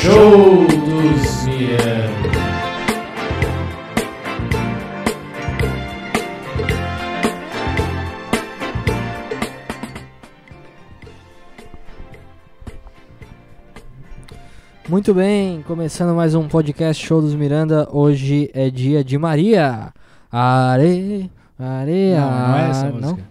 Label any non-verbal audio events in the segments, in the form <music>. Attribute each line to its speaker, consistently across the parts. Speaker 1: Show dos Mianos.
Speaker 2: Muito bem, começando mais um podcast Show dos Miranda. Hoje é dia de Maria. Are, areia.
Speaker 1: Não, não é essa a
Speaker 2: Ah, não?
Speaker 1: música.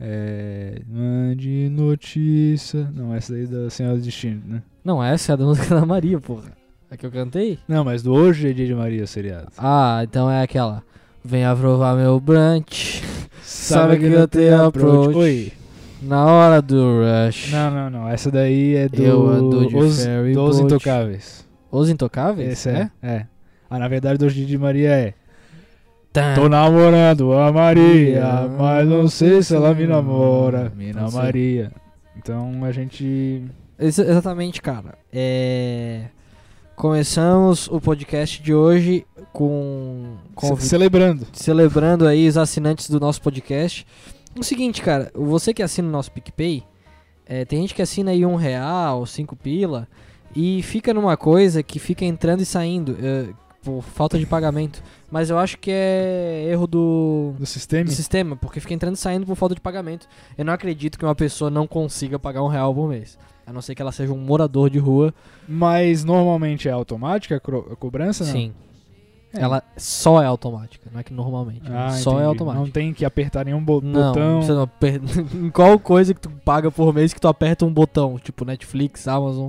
Speaker 1: É. Mande notícia. Não, essa daí é da Senhora do Destino, né?
Speaker 2: Não, essa é a da música da Maria, porra. É que eu cantei?
Speaker 1: Não, mas do Hoje é Dia de Maria, seriado.
Speaker 2: Ah, então é aquela. Vem aprovar meu brunch Sabe que eu tenho approach.
Speaker 1: Oi.
Speaker 2: na hora do rush.
Speaker 1: Não, não, não. Essa daí é do.
Speaker 2: Eu ando de
Speaker 1: Os,
Speaker 2: ferry
Speaker 1: dos
Speaker 2: boat.
Speaker 1: Intocáveis.
Speaker 2: Os Intocáveis?
Speaker 1: Esse é? É. Ah, na verdade, hoje é Dia de Maria é.
Speaker 2: Tá.
Speaker 1: Tô namorando a Maria, mas não sei se ela me namora. Mina
Speaker 2: Não sei.
Speaker 1: Maria. Então a gente.
Speaker 2: Ex- exatamente, cara. É... Começamos o podcast de hoje com...
Speaker 1: ce-
Speaker 2: convi-
Speaker 1: Celebrando.
Speaker 2: celebrando aí os assinantes do nosso podcast. O seguinte, cara, você que assina o nosso PicPay, é, tem gente que assina aí um real, cinco pila, e fica numa coisa que fica entrando e saindo é, por falta de pagamento. Mas eu acho que é erro do,
Speaker 1: Do sistema.
Speaker 2: do sistema, porque fica entrando e saindo por falta de pagamento. Eu não acredito que uma pessoa não consiga pagar um real por mês. A não ser que ela seja um morador de rua.
Speaker 1: Mas normalmente é automática a, cro- a cobrança? Não?
Speaker 2: Sim.
Speaker 1: É.
Speaker 2: Ela só é automática, não é que normalmente.
Speaker 1: Ah,
Speaker 2: só é
Speaker 1: entendi.
Speaker 2: automática.
Speaker 1: Não tem que apertar nenhum bo-
Speaker 2: Não,
Speaker 1: botão.
Speaker 2: você não aperta. <laughs> em qual coisa que tu paga por mês que tu aperta um botão? Tipo Netflix, Amazon.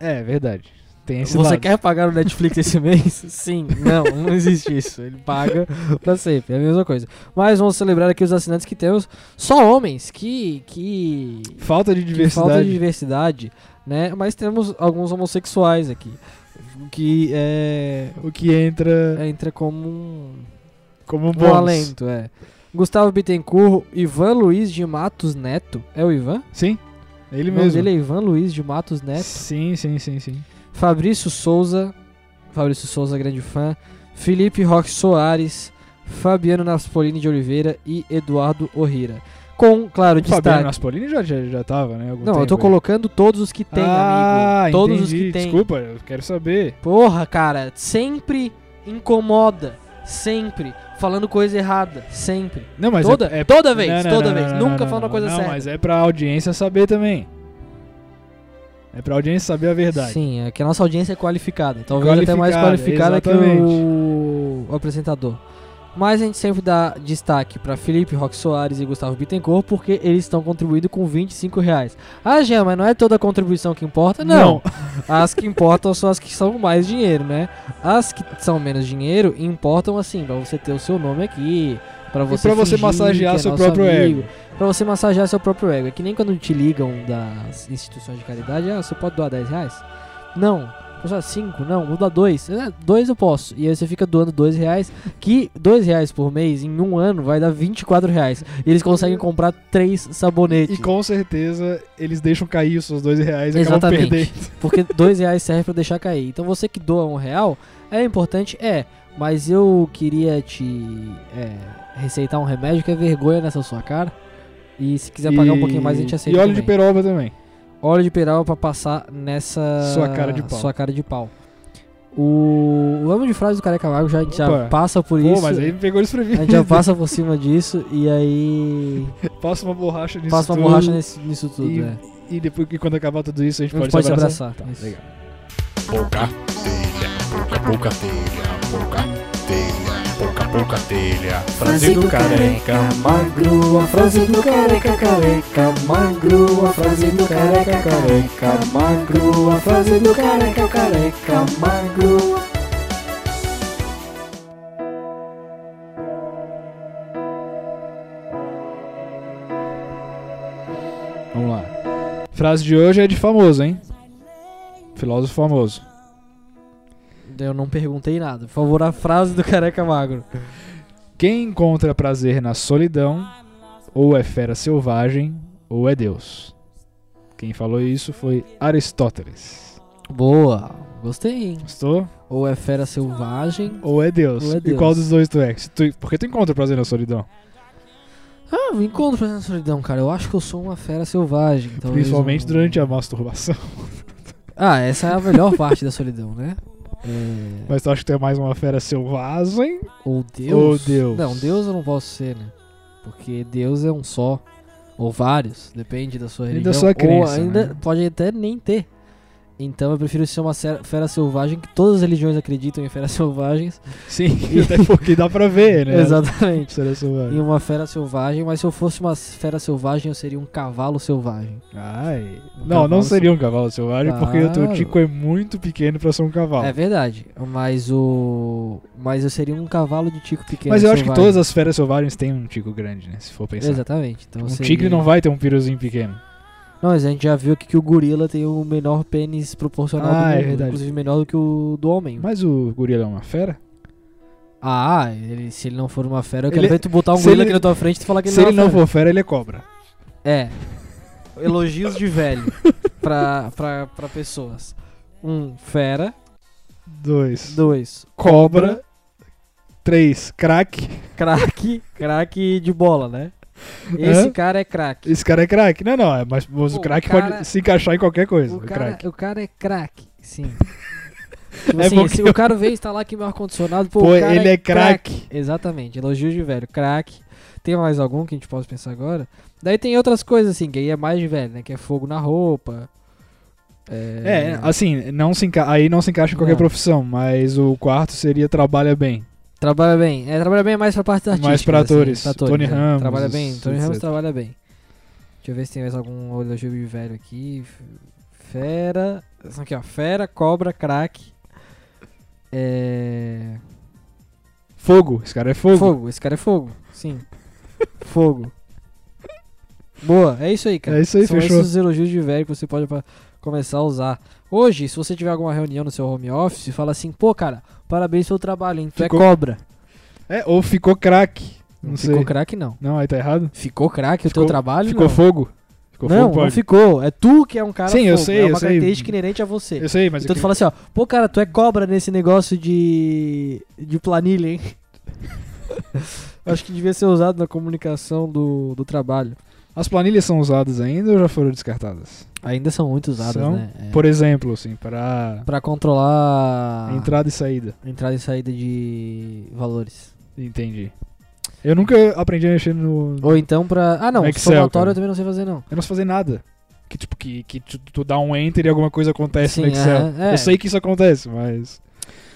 Speaker 1: É, verdade. Tem esse
Speaker 2: Você
Speaker 1: lado.
Speaker 2: quer pagar o Netflix esse mês? <laughs> Sim. Não, não existe isso. Ele paga pra sempre. É a mesma coisa. Mas vamos celebrar aqui os assinantes que temos. Só homens. Que. Que.
Speaker 1: Falta de
Speaker 2: que
Speaker 1: diversidade.
Speaker 2: falta de diversidade, né? Mas temos alguns homossexuais aqui. o Que é.
Speaker 1: O que entra
Speaker 2: Entra como um.
Speaker 1: como
Speaker 2: Um
Speaker 1: bônus.
Speaker 2: alento, é. Gustavo Bittencourt, Ivan Luiz de Matos Neto. É o Ivan?
Speaker 1: Sim? Ele
Speaker 2: O nome
Speaker 1: mesmo.
Speaker 2: dele é Ivan Luiz de Matos Neto.
Speaker 1: Sim, sim, sim, sim.
Speaker 2: Fabrício Souza. Fabrício Souza, grande fã. Felipe Roque Soares. Fabiano Naspolini de Oliveira e Eduardo Orrira. Com, claro,
Speaker 1: O Fabiano
Speaker 2: destaque.
Speaker 1: Naspolini já, já, já tava, né? Algum
Speaker 2: Não, eu tô
Speaker 1: tempo aí.
Speaker 2: colocando todos os que tem,
Speaker 1: ah,
Speaker 2: amigo. Todos
Speaker 1: entendi.
Speaker 2: os que tem.
Speaker 1: Desculpa, eu quero saber.
Speaker 2: Porra, cara, sempre incomoda. Sempre. Falando coisa errada. Sempre.
Speaker 1: Não, mas
Speaker 2: toda,
Speaker 1: é, é...
Speaker 2: toda vez,
Speaker 1: Não, não,
Speaker 2: toda
Speaker 1: não,
Speaker 2: vez.
Speaker 1: não, não,
Speaker 2: Nunca
Speaker 1: não,
Speaker 2: falando a
Speaker 1: não,
Speaker 2: coisa
Speaker 1: não,
Speaker 2: certa.
Speaker 1: mas é pra audiência saber também. É pra audiência saber a verdade.
Speaker 2: Sim, é que a nossa audiência é qualificada. Talvez até mais
Speaker 1: Qualificada,
Speaker 2: qualificada que o... o apresentador. Mas a gente sempre dá destaque para Felipe Roque Soares e Gustavo Bittencourt porque eles estão contribuindo com 25 reais. Ah, Jean, mas não é toda a contribuição que importa? Não. As que importam são as que são mais dinheiro, né? As que são menos dinheiro importam assim, pra você ter o seu nome aqui, pra
Speaker 1: E
Speaker 2: você
Speaker 1: pra você
Speaker 2: fingir
Speaker 1: massagear
Speaker 2: que é
Speaker 1: seu
Speaker 2: nosso
Speaker 1: próprio
Speaker 2: amigo,
Speaker 1: ego.
Speaker 2: Pra você massagear seu próprio ego. É que nem quando te ligam das instituições de caridade, ah, você pode doar 10 reais? Não. Pessoal, 5, não, vou doar 2. 2 eu posso. E aí você fica doando 2 reais, que 2 reais por mês, em um ano, vai dar 24 reais. E eles conseguem comprar 3 sabonetes.
Speaker 1: E com certeza eles deixam cair os seus dois reais e acabam
Speaker 2: Exatamente.
Speaker 1: perdendo. <laughs>
Speaker 2: Porque dois reais serve pra deixar cair. Então você que doa um real, é importante? É. Mas eu queria te é, receitar um remédio que é vergonha nessa sua cara. E se quiser pagar um
Speaker 1: E-
Speaker 2: pouquinho mais, a gente aceita.
Speaker 1: E óleo de
Speaker 2: também.
Speaker 1: peroba também.
Speaker 2: óleo de peral pra passar nessa.
Speaker 1: Sua cara de pau.
Speaker 2: Sua cara de pau. O. o Vamos de frase do Careca Mago já, a gente já
Speaker 1: Opa.
Speaker 2: passa por
Speaker 1: Pô,
Speaker 2: isso.
Speaker 1: mas aí me pegou
Speaker 2: A gente já
Speaker 1: desprevenido.
Speaker 2: passa por cima disso e
Speaker 1: <laughs>
Speaker 2: aí.
Speaker 1: Passa uma borracha nisso
Speaker 2: passa uma
Speaker 1: tudo,
Speaker 2: borracha nesse- nisso tudo,
Speaker 1: E-
Speaker 2: é.
Speaker 1: E depois que quando acabar tudo isso, a gente
Speaker 2: A gente
Speaker 1: pode,
Speaker 2: pode se abraçar,
Speaker 1: Tá,
Speaker 2: isso.
Speaker 1: legal.
Speaker 3: pouca telha, pouca pouca telha, pouca telha, pouca pouca telha. Frase do careca magro, a frase do careca careca magro, a frase do careca careca magro, a frase do careca careca magro.
Speaker 1: Vamos lá. Frase de hoje é de famoso, hein? Filósofo famoso.
Speaker 2: Eu não perguntei nada. Por favor, a frase do Careca Magro.
Speaker 1: Quem encontra prazer na solidão Ou é fera selvagem, ou é Deus. Quem falou isso foi Aristóteles.
Speaker 2: Boa. Gostei, hein?
Speaker 1: Gostou?
Speaker 2: Ou é fera selvagem.
Speaker 1: Ou é Deus.
Speaker 2: Ou é
Speaker 1: E
Speaker 2: Deus.
Speaker 1: qual dos dois tu é? Se Tu, porque tu encontra o prazer na solidão.
Speaker 2: Ah, me encontro fazendo solidão, cara. Eu acho que eu sou uma fera selvagem. talvez
Speaker 1: Principalmente
Speaker 2: um-
Speaker 1: durante a masturbação. <laughs>
Speaker 2: Ah, essa é a melhor <laughs> parte da solidão, né? É,
Speaker 1: Mas tu acha que tu é mais uma fera selvagem?
Speaker 2: Ou Deus.
Speaker 1: Ou Deus.
Speaker 2: Não, Deus eu não posso ser, né? Porque Deus é um só. Ou vários, depende da sua
Speaker 1: E
Speaker 2: religião.
Speaker 1: da sua crença,
Speaker 2: ou ainda
Speaker 1: né?
Speaker 2: pode até nem ter. Então eu prefiro ser uma ser- fera selvagem, que todas as religiões acreditam em feras <laughs> selvagens.
Speaker 1: <laughs> Sim, até porque dá pra ver,
Speaker 2: <laughs>
Speaker 1: né?
Speaker 2: Exatamente.
Speaker 1: Fera selvagem.
Speaker 2: E uma fera selvagem, mas se eu fosse uma fera selvagem, eu seria um cavalo selvagem.
Speaker 1: Ai. Não,
Speaker 2: Um
Speaker 1: não
Speaker 2: cavalo
Speaker 1: seria um cavalo selvagem, porque o teu
Speaker 2: Claro.
Speaker 1: tico é muito pequeno pra ser um cavalo.
Speaker 2: É verdade, mas o. Mas eu seria um cavalo de tico pequeno.
Speaker 1: Mas eu acho que
Speaker 2: selvagem.
Speaker 1: todas as feras selvagens têm um tico grande, né? Se for pensar.
Speaker 2: Exatamente. Então
Speaker 1: Um
Speaker 2: seria-
Speaker 1: tigre não vai ter um piruzinho pequeno.
Speaker 2: Não, mas a gente já viu aqui que o gorila tem o menor pênis
Speaker 1: Ah,
Speaker 2: proporcional do
Speaker 1: é
Speaker 2: mundo,
Speaker 1: verdade.
Speaker 2: inclusive menor do que o do homem.
Speaker 1: Mas o gorila é uma fera?
Speaker 2: Ah, ele- se ele não for uma fera, eu quero
Speaker 1: Ele-
Speaker 2: ver tu botar um
Speaker 1: se
Speaker 2: gorila
Speaker 1: ele-
Speaker 2: aqui na tua frente e tu falar que ele
Speaker 1: Se
Speaker 2: não é
Speaker 1: ele não
Speaker 2: uma
Speaker 1: for fera, ele é cobra.
Speaker 2: fera. É. Elogios
Speaker 1: <laughs>
Speaker 2: de velho pra, pra, pra pessoas. Um, fera.
Speaker 1: Dois.
Speaker 2: Dois,
Speaker 1: Cobra. Três. Crack.
Speaker 2: craque. Craque de bola, né? Esse
Speaker 1: Hã?
Speaker 2: cara é craque.
Speaker 1: Esse cara é crack. Não, não. é- Mas, mas o
Speaker 2: O
Speaker 1: crack
Speaker 2: cara-
Speaker 1: pode se encaixar em qualquer coisa.
Speaker 2: O
Speaker 1: O
Speaker 2: cara,
Speaker 1: crack.
Speaker 2: o cara é craque, sim.
Speaker 1: <laughs>
Speaker 2: Tipo
Speaker 1: É
Speaker 2: assim,
Speaker 1: bom
Speaker 2: se
Speaker 1: que
Speaker 2: o
Speaker 1: eu-
Speaker 2: cara veio instalar aqui meu ar-condicionado, pô,
Speaker 1: Pô,
Speaker 2: o cara
Speaker 1: ele é craque.
Speaker 2: Exatamente, elogios de velho, craque. Tem mais algum que a gente possa pensar agora? Daí tem outras coisas assim, que aí é mais de velho, né? Que é fogo na roupa.
Speaker 1: É, assim, não se enca- aí não se encaixa em qualquer
Speaker 2: Não.
Speaker 1: profissão, mas o quarto seria trabalha bem.
Speaker 2: Trabalha bem. É, trabalha bem é mais pra parte artística.
Speaker 1: Mais pra atores,
Speaker 2: pra
Speaker 1: Tony
Speaker 2: é.
Speaker 1: Ramos,
Speaker 2: Trabalha bem, Tony
Speaker 1: etc.
Speaker 2: Ramos trabalha bem. Deixa eu ver se tem mais algum elogio de velho aqui. Fera. São aqui, ó. Fera, cobra, craque. É.
Speaker 1: Fogo, esse cara é fogo.
Speaker 2: Fogo, esse cara é fogo, sim. <laughs> fogo. Boa, é isso aí, cara.
Speaker 1: É isso aí,
Speaker 2: São
Speaker 1: fechou.
Speaker 2: esses os elogios de velho que você pode pa- começar a usar. Hoje, se você tiver alguma reunião no seu home office, fala assim, pô, cara, parabéns pelo trabalho, hein? Tu
Speaker 1: Ficou-
Speaker 2: é cobra.
Speaker 1: É, ou ficou craque. Não, sei.
Speaker 2: ficou craque, não.
Speaker 1: Não, aí tá errado.
Speaker 2: Ficou craque o
Speaker 1: Ficou-
Speaker 2: teu trabalho?
Speaker 1: Ficou
Speaker 2: não.
Speaker 1: fogo. Ficou
Speaker 2: não,
Speaker 1: fogo,
Speaker 2: não
Speaker 1: pode.
Speaker 2: ficou. É tu que é um cara
Speaker 1: Sim, eu
Speaker 2: fogo.
Speaker 1: sei,
Speaker 2: É
Speaker 1: eu
Speaker 2: uma
Speaker 1: sei.
Speaker 2: característica inerente a você.
Speaker 1: Eu sei, mas
Speaker 2: então
Speaker 1: é
Speaker 2: tu
Speaker 1: que-
Speaker 2: fala assim, ó, pô, cara, tu é cobra nesse negócio de. de planilha, hein? <laughs> Acho que devia ser usado na comunicação do, do trabalho.
Speaker 1: as planilhas são usadas ainda ou já foram descartadas?
Speaker 2: Ainda são muito usadas,
Speaker 1: São,
Speaker 2: né? É.
Speaker 1: Por exemplo, assim, para
Speaker 2: Pra controlar
Speaker 1: entrada e saída.
Speaker 2: entrada e saída de valores.
Speaker 1: Entendi. Eu nunca aprendi a mexer no.
Speaker 2: Ou então pra. Ah, não,
Speaker 1: No Excel,
Speaker 2: somatório
Speaker 1: cara.
Speaker 2: eu também não sei fazer, não.
Speaker 1: Eu não sei fazer nada. Que tipo, que, que tu, tu dá um enter e alguma coisa acontece no
Speaker 2: Sim,
Speaker 1: Excel.
Speaker 2: aham, é.
Speaker 1: Eu sei que isso acontece, mas.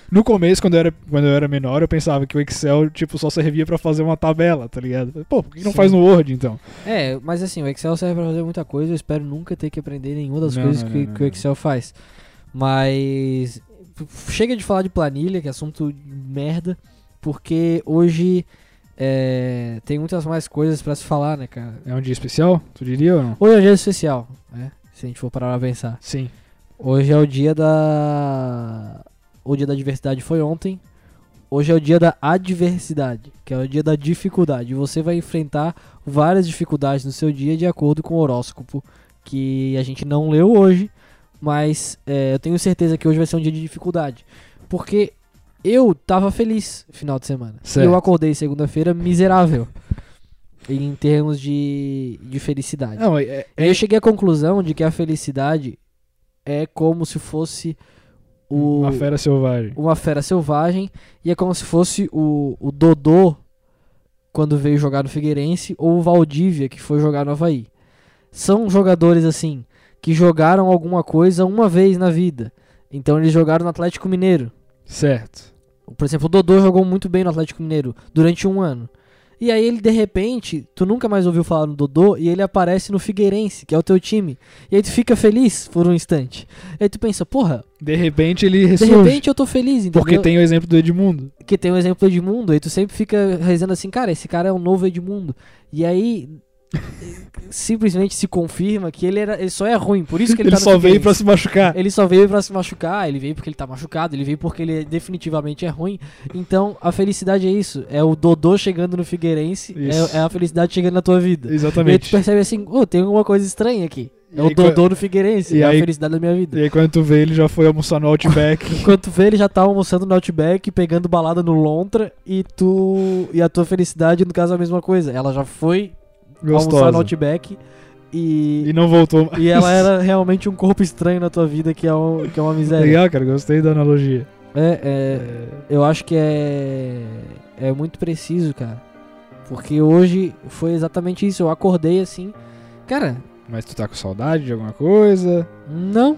Speaker 1: No começo, quando eu, era, quando eu era menor, eu pensava que o Excel, tipo, só servia pra fazer uma tabela, tá ligado? Pô, por que não
Speaker 2: Sim.
Speaker 1: faz no Word, então?
Speaker 2: É, mas assim, o Excel serve pra fazer muita coisa. Eu espero nunca ter que aprender nenhuma das
Speaker 1: Não,
Speaker 2: coisas
Speaker 1: não,
Speaker 2: que,
Speaker 1: não, não,
Speaker 2: que o
Speaker 1: não.
Speaker 2: Excel faz. Mas. f- Chega de falar de planilha, que é assunto de merda, porque hoje é, tem muitas mais coisas pra se falar, né, cara?
Speaker 1: É um dia especial? Tu diria ou não?
Speaker 2: Hoje é um dia especial, né? Se a gente for parar pra pensar.
Speaker 1: Sim.
Speaker 2: Hoje é o dia da. O dia da diversidade foi ontem. Hoje é o dia da adversidade, que é o dia da dificuldade. Você vai enfrentar várias dificuldades no seu dia de acordo com o horóscopo que a gente não leu hoje, mas é, eu tenho certeza que hoje vai ser um dia de dificuldade. Porque eu tava feliz final de semana.
Speaker 1: Certo.
Speaker 2: Eu acordei segunda-feira miserável em termos de, de felicidade.
Speaker 1: Não, é,
Speaker 2: Eu cheguei à conclusão de que a felicidade é como se fosse o,
Speaker 1: uma fera selvagem.
Speaker 2: uma fera selvagem e é como se fosse o, o Dodô quando veio jogar no Figueirense ou o Valdívia que foi jogar no Havaí. São jogadores assim que jogaram alguma coisa uma vez na vida. Então eles jogaram no Atlético Mineiro.
Speaker 1: Certo.
Speaker 2: Por exemplo, o Dodô jogou muito bem no Atlético Mineiro durante um ano. E aí ele, de repente, tu nunca mais ouviu falar no Dodô e ele aparece no Figueirense, que é o teu time. E aí tu fica feliz por um instante. E aí tu pensa, porra,
Speaker 1: De repente ele
Speaker 2: de
Speaker 1: ressurge.
Speaker 2: repente eu tô feliz, entendeu?
Speaker 1: porque tem o exemplo do Edmundo.
Speaker 2: que tem um exemplo de mundo, aí <laughs> tu sempre fica rezando assim, cara, esse cara é um novo Edmundo. E aí, simplesmente se confirma que ele, era, ele só é ruim, por isso que ele,
Speaker 1: Ele
Speaker 2: tá É. no
Speaker 1: só veio
Speaker 2: Pickens.
Speaker 1: pra se machucar.
Speaker 2: Ele só veio pra se machucar, ele veio porque ele tá machucado, ele veio porque ele definitivamente é ruim. Então a felicidade é isso, é o Dodô chegando no Figueirense,
Speaker 1: Isso.
Speaker 2: é, é a felicidade chegando na tua vida. E aí tu
Speaker 1: Exatamente.
Speaker 2: percebe assim, ô, tem alguma coisa estranha aqui.
Speaker 1: E
Speaker 2: É o
Speaker 1: aí, quan-
Speaker 2: Dodô no Figueirense,
Speaker 1: e
Speaker 2: é a
Speaker 1: aí-
Speaker 2: felicidade da minha vida.
Speaker 1: E aí quando tu vê, ele já foi almoçar no
Speaker 2: <laughs>
Speaker 1: Outback.
Speaker 2: Enquanto tu vê, ele já tá almoçando no Outback, pegando balada no Lontra, e tu. E a tua felicidade, no caso, é a mesma coisa. Ela já foi almoçar no
Speaker 1: gostosa.
Speaker 2: Outback e.
Speaker 1: E não voltou mais.
Speaker 2: E ela era realmente um corpo estranho na tua vida, que é, um, que é uma miséria.
Speaker 1: Legal, cara, gostei da analogia.
Speaker 2: É, é, Eu acho que é. É muito preciso, cara. Porque hoje foi exatamente isso. Eu acordei assim. Cara,
Speaker 1: Mas tu tá com saudade de alguma coisa?
Speaker 2: não.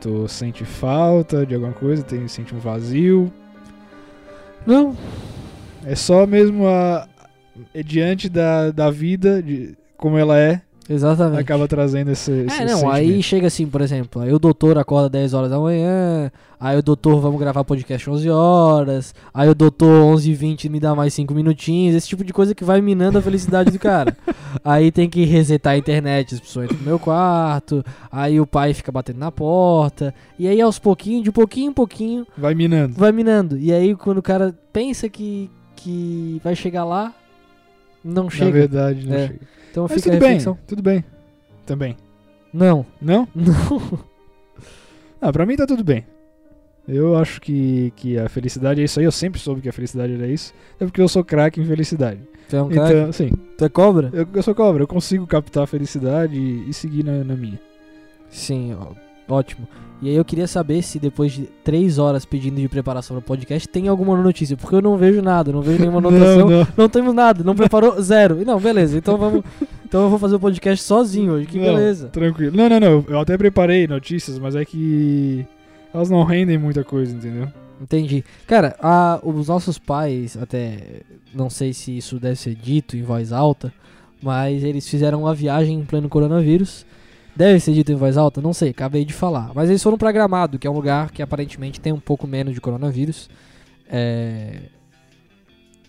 Speaker 1: Tu sente falta de alguma coisa? Tem, sente um vazio?
Speaker 2: Não.
Speaker 1: É só mesmo a. É diante da, da vida, de como ela é,
Speaker 2: Exatamente.
Speaker 1: acaba trazendo esse. esse
Speaker 2: É, não,
Speaker 1: sentimento.
Speaker 2: aí chega assim, por exemplo, aí o doutor acorda 10 horas da manhã, aí o doutor, vamos gravar podcast 11 horas, aí o doutor 11 h 20 me dá mais 5 minutinhos, esse tipo de coisa que vai minando a felicidade
Speaker 1: <laughs>
Speaker 2: do cara. Aí tem que resetar a internet, as pessoas entram no meu quarto, aí o pai fica batendo na porta, e aí aos pouquinhos, de pouquinho em pouquinho,
Speaker 1: Vai minando.
Speaker 2: vai minando. E aí quando o cara pensa que, que vai chegar lá, não
Speaker 1: Na
Speaker 2: chega.
Speaker 1: verdade, não
Speaker 2: É.
Speaker 1: chega.
Speaker 2: Então
Speaker 1: Mas
Speaker 2: fica a
Speaker 1: tudo bem,
Speaker 2: reflexão.
Speaker 1: tudo bem. Também.
Speaker 2: Não,
Speaker 1: Não?
Speaker 2: <laughs> não.
Speaker 1: Ah, pra mim tá tudo bem. Eu acho que, que a felicidade é isso aí. Eu sempre soube que a felicidade era isso. É porque eu sou craque em felicidade.
Speaker 2: Tu é um cara,
Speaker 1: Então, sim.
Speaker 2: tu é cobra?
Speaker 1: Eu, eu sou cobra. Eu consigo captar a felicidade e, e seguir na, na minha.
Speaker 2: Sim, ó- ótimo. E aí eu queria saber se depois de três horas pedindo de preparação para o podcast tem alguma notícia, porque eu não vejo nada, não vejo nenhuma anotação, não,
Speaker 1: <laughs> não.
Speaker 2: temos nada, não preparou zero. E Não, beleza. Então vamos, então eu vou fazer o podcast sozinho hoje. Que
Speaker 1: Não,
Speaker 2: beleza.
Speaker 1: Tranquilo. Não, não, não. Eu até preparei notícias, mas é que elas não rendem muita coisa, entendeu?
Speaker 2: Entendi. Cara, a- os nossos pais, até não sei se isso deve ser dito em voz alta, mas eles fizeram uma viagem em pleno coronavírus. Deve ser dito em voz alta? Não sei, acabei de falar. Mas eles foram pra Gramado, que é um lugar que aparentemente tem um pouco menos de coronavírus. É,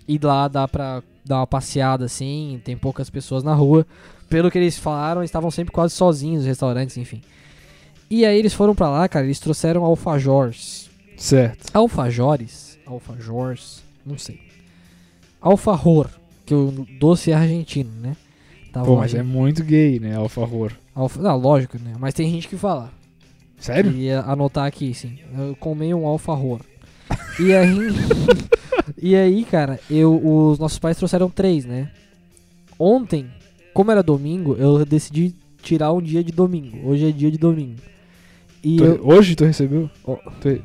Speaker 2: E lá dá pra dar uma passeada assim, tem poucas pessoas na rua. Pelo que eles falaram, eles estavam sempre quase sozinhos, restaurantes, enfim. E aí eles foram pra lá, cara, eles trouxeram alfajores.
Speaker 1: Certo.
Speaker 2: Alfajores? Alfajores? Não sei. Alfajor, que o doce é argentino, né? Tá
Speaker 1: Pô,
Speaker 2: bom,
Speaker 1: mas é
Speaker 2: gente?
Speaker 1: muito gay, né? Alfajor.
Speaker 2: Alfa... Ah, lógico, né? Mas tem gente que fala.
Speaker 1: Sério?
Speaker 2: Queria anotar aqui, sim. Eu comi um alfajor. E aí... <laughs> e aí, cara, eu, os nossos pais trouxeram três, né? Ontem, como era domingo, eu decidi tirar um dia de domingo. Hoje é dia de domingo. E
Speaker 1: Tu-
Speaker 2: eu,
Speaker 1: Hoje tu recebeu?
Speaker 2: Ó.
Speaker 1: Tu-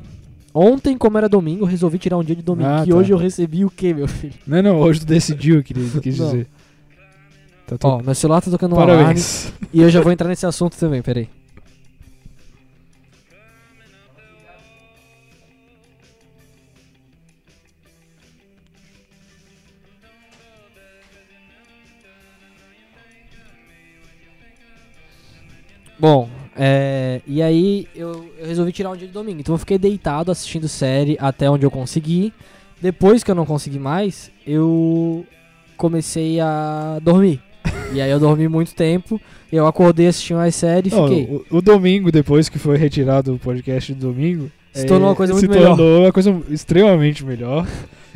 Speaker 2: ontem, como era domingo, eu resolvi tirar um dia de domingo.
Speaker 1: Ah,
Speaker 2: que
Speaker 1: tá.
Speaker 2: hoje eu recebi o quê, meu filho?
Speaker 1: Não, não. Hoje tu decidiu, querido. Quis
Speaker 2: Não.
Speaker 1: dizer. Tá tudo
Speaker 2: Ó, meu celular tá tocando um alarme
Speaker 1: Parabéns.
Speaker 2: e eu já vou entrar nesse assunto também, peraí. Bom, é, e aí eu, eu resolvi tirar um dia de domingo, então eu fiquei deitado assistindo série até onde eu consegui. Depois que eu não consegui mais, eu comecei a
Speaker 1: <laughs>
Speaker 2: dormir. E aí eu dormi muito tempo, eu acordei assistindo as séries e
Speaker 1: Não,
Speaker 2: fiquei.
Speaker 1: o, o domingo, depois que foi retirado o podcast do domingo,
Speaker 2: Se tornou
Speaker 1: eh,
Speaker 2: uma coisa
Speaker 1: se
Speaker 2: muito melhor.
Speaker 1: tornou uma coisa extremamente melhor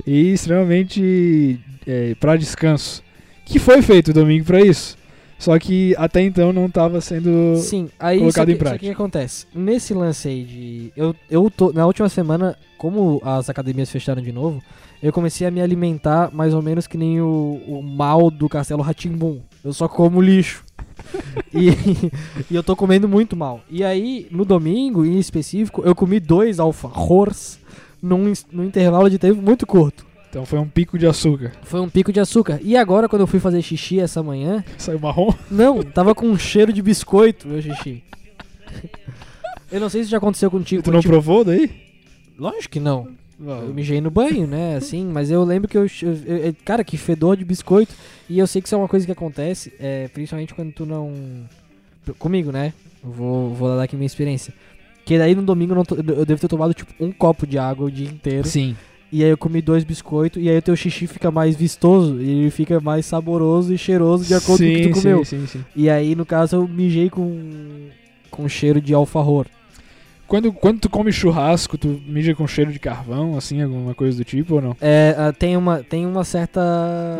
Speaker 1: e extremamente eh, pra descanso. Que foi feito o domingo pra isso. Só que até então não tava sendo.
Speaker 2: Sim, aí
Speaker 1: colocado
Speaker 2: só
Speaker 1: em
Speaker 2: que, só que o
Speaker 1: prática.
Speaker 2: que acontece? Nesse lance aí de. Eu, eu tô. Na última semana, como as academias fecharam de novo, eu comecei a me alimentar mais ou menos que nem o, o mal do castelo Ratimbum. Eu só
Speaker 1: <laughs>
Speaker 2: como lixo. e, e eu tô comendo muito mal. E aí, no domingo, em específico, eu comi dois alfajores num, ins- num intervalo de tempo muito curto.
Speaker 1: Então foi um pico de açúcar. <laughs>
Speaker 2: Foi um pico de açúcar. E agora, quando eu fui fazer xixi essa manhã,
Speaker 1: Saiu
Speaker 2: <laughs>
Speaker 1: marrom.
Speaker 2: não, tava com um cheiro de biscoito, meu xixi. Eu não sei se já aconteceu contigo.
Speaker 1: Tu não
Speaker 2: tipo,
Speaker 1: provou daí?
Speaker 2: Lógico que não. Eu mijei no banho, né? Assim, mas eu lembro que eu, eu- eu- Cara, que fedor de biscoito. E eu sei que isso é uma coisa que acontece, é, principalmente quando tu não. Comigo, né? Eu Vou, vou dar aqui minha experiência. Que daí no domingo eu, não to- eu devo ter tomado tipo um copo de água o dia inteiro.
Speaker 1: Sim.
Speaker 2: E aí eu comi dois biscoitos, e aí o teu xixi fica mais vistoso, e ele fica mais saboroso e cheiroso de acordo com o que tu comeu.
Speaker 1: Sim, sim, sim.
Speaker 2: E aí, no caso, eu mijei com, com cheiro de alfajor.
Speaker 1: Quando, quando tu come churrasco, tu mija com cheiro de carvão, assim, alguma coisa do tipo ou não?
Speaker 2: É, ah, tem uma, tem uma certa...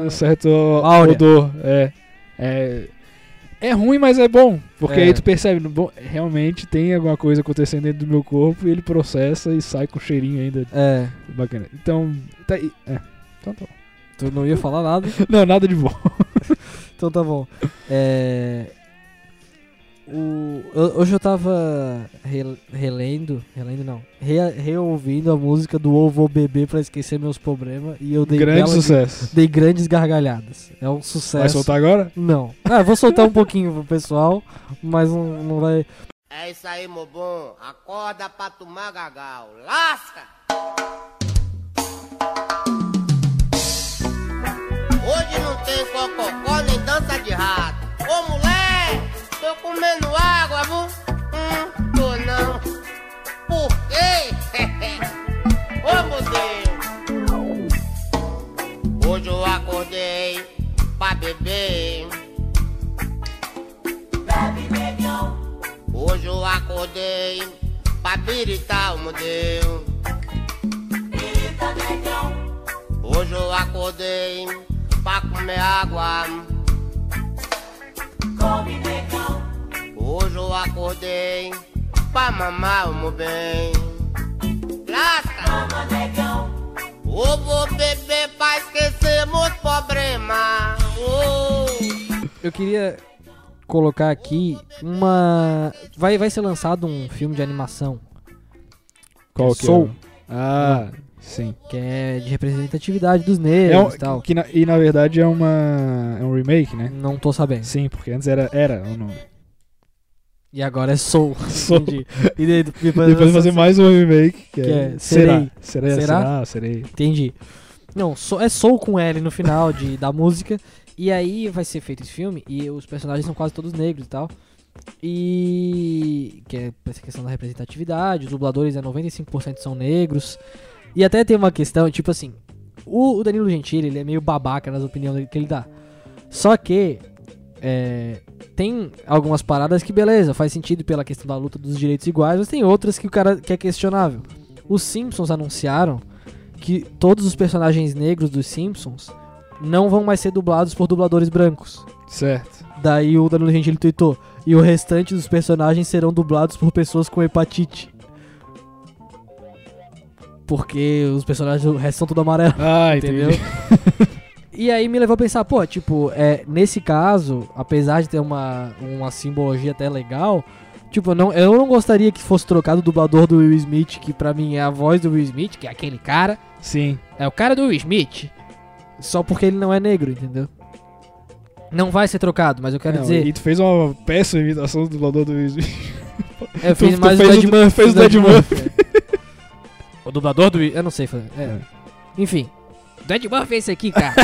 Speaker 1: Um certo
Speaker 2: Áurea.
Speaker 1: odor. É, é, é ruim, mas é bom. Porque
Speaker 2: É.
Speaker 1: aí tu percebe, bom, realmente tem alguma coisa acontecendo dentro do meu corpo e ele processa e sai com cheirinho ainda
Speaker 2: É,
Speaker 1: bacana. Então, tá aí. É. Então tá bom.
Speaker 2: tu não ia
Speaker 1: <laughs>
Speaker 2: falar nada,
Speaker 1: Não, nada de bom.
Speaker 2: então tá bom. É... O, eu- hoje eu tava re- relendo, relendo não, re- reouvindo a música do Ovo Vou Bebê pra esquecer meus problemas e eu dei,
Speaker 1: Grande
Speaker 2: bela-
Speaker 1: sucesso.
Speaker 2: dei grandes gargalhadas. É um sucesso.
Speaker 1: Vai soltar agora?
Speaker 2: Não. Ah, eu vou soltar um pouquinho pro pessoal, mas não, não vai.
Speaker 4: É isso aí, Mobon. Acorda pra tomar gagal. Lasca! Hoje não tem cococó nem dança de rato. Ô mulher, tô comendo água, viu? Hum, tô não. Por quê? <laughs> Ô meu Deus! Hoje eu acordei pra beber. Hoje eu acordei pra piritar o modelo. Hoje eu acordei pra comer água. Hoje eu acordei pra mamar o meu bem. Lasca! Ou vou beber pra esquecer meus problemas. Oh.
Speaker 2: Eu queria colocar aqui uma. Vai, vai ser lançado um filme de animação
Speaker 1: Qual que é?
Speaker 2: Soul.
Speaker 1: Ah, sim.
Speaker 2: que é de representatividade dos negros
Speaker 1: É um-
Speaker 2: e tal. Hum.
Speaker 1: que na- e na verdade é uma. É um remake, né?
Speaker 2: Não tô sabendo.
Speaker 1: Sim, porque antes era, era o nome.
Speaker 2: E agora é Soul.
Speaker 1: Soul.
Speaker 2: Entendi. E daí depois,
Speaker 1: Depois fazer mais um remake, que,
Speaker 2: Que
Speaker 1: é,
Speaker 2: é
Speaker 1: Será? Será?
Speaker 2: Será?
Speaker 1: Será? Serei.
Speaker 2: Entendi. Não, so- é Soul com L no final de, da música. E aí vai ser feito esse filme e os personagens são quase todos negros e tal. E. Que é essa questão da representatividade, os dubladores é 95% são negros. E até tem uma questão, tipo assim, o, o Danilo Gentili, ele é meio babaca nas opiniões dele que ele dá. Só que. é, tem algumas paradas que, beleza, faz sentido pela questão da luta dos direitos iguais, mas tem outras que o cara que é questionável. Os Simpsons anunciaram que todos os personagens negros dos Simpsons não vão mais ser dublados por dubladores brancos.
Speaker 1: Certo.
Speaker 2: Daí o Danilo Gentili tweetou: e o restante dos personagens serão dublados por pessoas com hepatite. Porque os personagens, o resto são tudo amarelo.
Speaker 1: Ah,
Speaker 2: Entendeu?
Speaker 1: entendi.
Speaker 2: E aí me levou a pensar, pô, tipo, é, nesse caso, apesar de ter uma, uma simbologia até legal, tipo, eu não, eu não gostaria que fosse trocado o dublador do Will Smith, que pra mim é a voz do Will Smith, que é aquele cara,
Speaker 1: Sim.
Speaker 2: é o cara do Will Smith. Só porque ele não é negro, entendeu? Não vai ser trocado, mas eu quero
Speaker 1: Não,
Speaker 2: dizer.
Speaker 1: E tu fez uma péssima imitação do dublador do Will Smith. <laughs>
Speaker 2: Eu fiz
Speaker 1: tu
Speaker 2: mais
Speaker 1: fez
Speaker 2: o Dead
Speaker 1: o-
Speaker 2: Murphy.
Speaker 1: fez o Dead
Speaker 2: é. o dublador do. Eu não sei fazer. é.
Speaker 1: É.
Speaker 2: Enfim. O Dead Murphy é esse aqui, cara.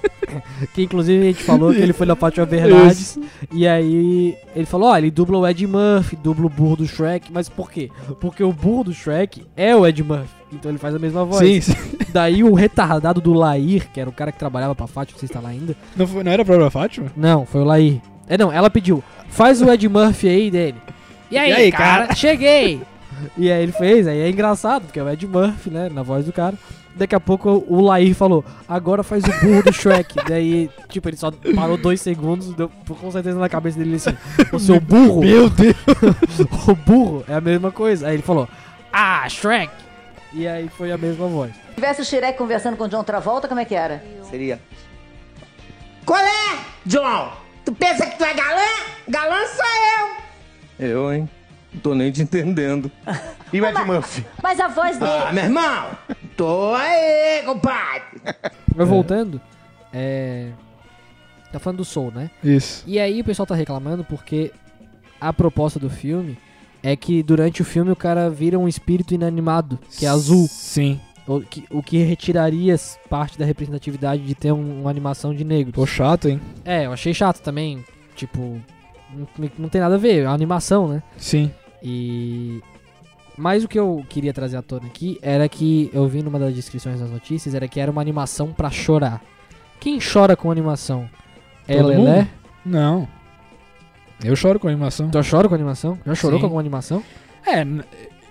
Speaker 2: <laughs> que inclusive a gente falou que ele foi na Pátio Verdades. E aí ele falou: ó, ele dubla o Ed Murphy, dubla o burro do Shrek. Mas por quê? Porque o burro do Shrek é o Ed Murphy. Então ele faz a mesma voz.
Speaker 1: Sim, sim.
Speaker 2: Daí o retardado do Lair, que era o cara que trabalhava pra Fátima, não sei se tá lá ainda.
Speaker 1: Não, foi- não era a própria Fátima?
Speaker 2: Não, foi o Laí. É, não, ela pediu. Faz o Ed Murphy aí dele. E aí,
Speaker 1: aí,
Speaker 2: cara?
Speaker 1: cara?
Speaker 2: Cheguei! E aí ele fez, aí é engraçado, porque é o Ed Murphy, né? Na voz do cara. Daqui a pouco o Lair falou, agora faz o burro do Shrek. <laughs> Daí, tipo, ele só parou dois segundos, deu com certeza na cabeça dele assim, o seu burro,
Speaker 1: Meu Deus.
Speaker 2: <laughs> o burro é a mesma coisa. Aí ele falou, ah, Shrek! E aí foi a mesma voz.
Speaker 5: Se tivesse o Shrek conversando com o John Travolta, como é que era?
Speaker 6: Seria.
Speaker 4: Qual é, John? Tu pensa que tu é galã? Galã sou eu.
Speaker 6: Eu, hein? Não tô nem te entendendo.
Speaker 3: E o Ed Murphy?
Speaker 5: Mas a voz dele.
Speaker 4: Ah, meu irmão, tô aí, compadre.
Speaker 2: Mas voltando, é... Tá falando do Soul, né?
Speaker 1: Isso.
Speaker 2: E aí o pessoal tá reclamando porque a proposta do filme é que durante o filme o cara vira um espírito inanimado, que é azul,
Speaker 1: Sim.
Speaker 2: o que, o que retiraria s- parte da representatividade de ter um- uma animação de negro.
Speaker 1: Pô, chato, hein?
Speaker 2: É, eu achei chato também, tipo, não, não tem nada a ver, é uma animação, né?
Speaker 1: Sim.
Speaker 2: E Mas o que eu queria trazer à tona aqui era que eu vi numa das descrições das notícias era que era uma animação pra chorar. Quem chora com animação? É
Speaker 1: Todo
Speaker 2: Lelé?
Speaker 1: mundo? Não. Eu choro com animação.
Speaker 2: Tu chora com animação? Já chorou
Speaker 1: Sim.
Speaker 2: com alguma animação?
Speaker 1: É, n-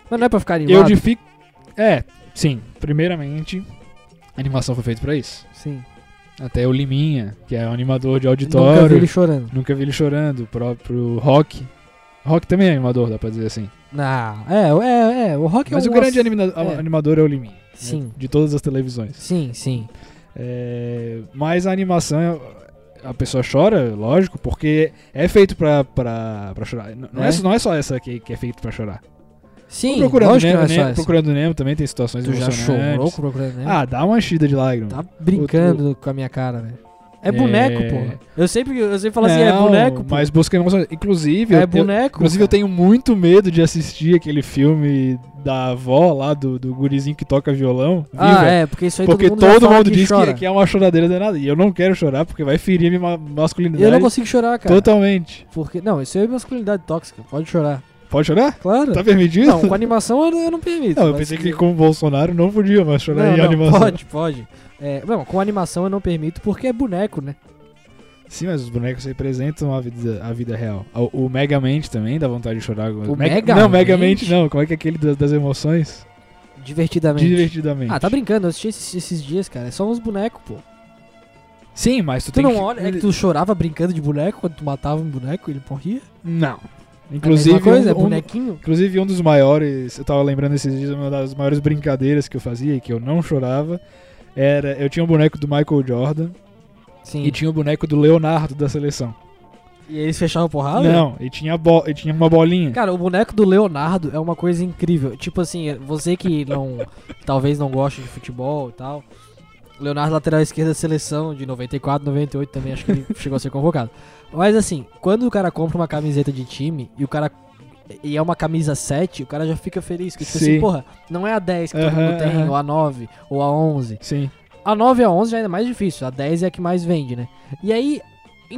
Speaker 2: Mas não é pra ficar
Speaker 1: eu
Speaker 2: animado?
Speaker 1: difico. É, sim. Primeiramente, a animação foi feita pra isso.
Speaker 2: Sim.
Speaker 1: Até o Liminha, que é um animador de auditório.
Speaker 2: Nunca vi ele chorando.
Speaker 1: Nunca vi ele chorando. O próprio Rock. Rock também é animador, dá pra dizer assim.
Speaker 2: Não, é, é, é. O rock
Speaker 1: Mas
Speaker 2: é
Speaker 1: o
Speaker 2: um
Speaker 1: grande
Speaker 2: ass-
Speaker 1: animador
Speaker 2: é.
Speaker 1: animador é o Liminha. né?
Speaker 2: Sim.
Speaker 1: De todas as televisões.
Speaker 2: Sim, sim.
Speaker 1: É, mas a animação, a pessoa chora, lógico, porque é feito pra, pra, pra chorar. N- Não é.
Speaker 2: É?
Speaker 1: só- não é só essa que, que é feito pra chorar.
Speaker 2: Sim,
Speaker 1: procurando
Speaker 2: lógico
Speaker 1: Nemo,
Speaker 2: que não
Speaker 1: Nemo-
Speaker 2: é só essa.
Speaker 1: procurando Nemo também tem situações
Speaker 2: Tu já um chorou
Speaker 1: emocionantes.
Speaker 2: procurando Nemo?
Speaker 1: Ah, dá uma enchida de lágrimas.
Speaker 2: Tá brincando com a minha cara, velho. É boneco,
Speaker 1: É.
Speaker 2: porra. Eu sempre, eu sempre falo assim, é
Speaker 1: Não,
Speaker 2: boneco, pô.
Speaker 1: Mas busca emoção. Inclusive, eu-
Speaker 2: É
Speaker 1: eu-
Speaker 2: boneco.
Speaker 1: inclusive eu
Speaker 2: cara.
Speaker 1: tenho muito medo de assistir aquele filme da avó lá, do, do gurizinho que toca violão.
Speaker 2: Ah,
Speaker 1: Viva.
Speaker 2: é, porque isso aí
Speaker 1: Porque
Speaker 2: já
Speaker 1: todo
Speaker 2: fala
Speaker 1: mundo diz
Speaker 2: chora.
Speaker 1: que, que é uma choradeira danada. E eu não quero chorar porque vai ferir minha ma- masculinidade.
Speaker 2: Eu não consigo chorar, cara.
Speaker 1: Totalmente.
Speaker 2: Porque, não, isso aí é masculinidade tóxica. Pode chorar.
Speaker 1: Pode chorar?
Speaker 2: Claro.
Speaker 1: Tá permitido?
Speaker 2: não, com animação eu não, eu não permito.
Speaker 1: Não, eu
Speaker 2: mas
Speaker 1: pensei que com o Bolsonaro não podia mais chorar
Speaker 2: Não,
Speaker 1: em
Speaker 2: não,
Speaker 1: animação.
Speaker 2: Pode, pode. É, não, com animação eu não permito porque é boneco, né?
Speaker 1: Sim, mas os bonecos representam a vida, a vida real. O, o Mega Mente também dá vontade de chorar.
Speaker 2: O Mega
Speaker 1: Não, Mega
Speaker 2: Mente?
Speaker 1: Mente não. Como é que é aquele das, das emoções?
Speaker 2: Divertidamente.
Speaker 1: Divertidamente.
Speaker 2: Ah, tá brincando, eu assisti esses, esses dias, cara. É só uns bonecos, pô.
Speaker 1: Sim, mas tu,
Speaker 2: tá. Tu
Speaker 1: tem
Speaker 2: não
Speaker 1: que...
Speaker 2: olha, é que tu chorava brincando de boneco quando tu matava um boneco e ele morria?
Speaker 1: Não.
Speaker 2: é a
Speaker 1: Inclusive,
Speaker 2: mesma coisa, é
Speaker 1: um, um,
Speaker 2: bonequinho.
Speaker 1: Inclusive, um dos maiores, eu tava lembrando esses dias, uma das maiores brincadeiras que eu fazia e que eu não chorava, era. Eu tinha um boneco do Michael Jordan
Speaker 2: Sim.
Speaker 1: e tinha o boneco do Leonardo da seleção.
Speaker 2: E eles fechavam porrada?
Speaker 1: não, e tinha, a bo- e tinha uma bolinha.
Speaker 2: Cara, o boneco do Leonardo é uma coisa incrível. Tipo assim, você que
Speaker 1: <laughs>
Speaker 2: não. talvez não goste de futebol e tal. Leonardo, lateral esquerda da seleção de 94, 98 também, acho que ele chegou a ser convocado. Mas assim, quando o cara compra uma camiseta de time e o cara. E é uma camisa 7, o cara já fica feliz. Porque, tipo assim,
Speaker 1: Sim.
Speaker 2: porra, não é a 10 que todo
Speaker 1: Aham,
Speaker 2: mundo tem,
Speaker 1: aham.
Speaker 2: ou a 9, ou a 11.
Speaker 1: Sim.
Speaker 2: A 9 e a 11 já é mais difícil, a 10 é a que mais vende, né? E aí,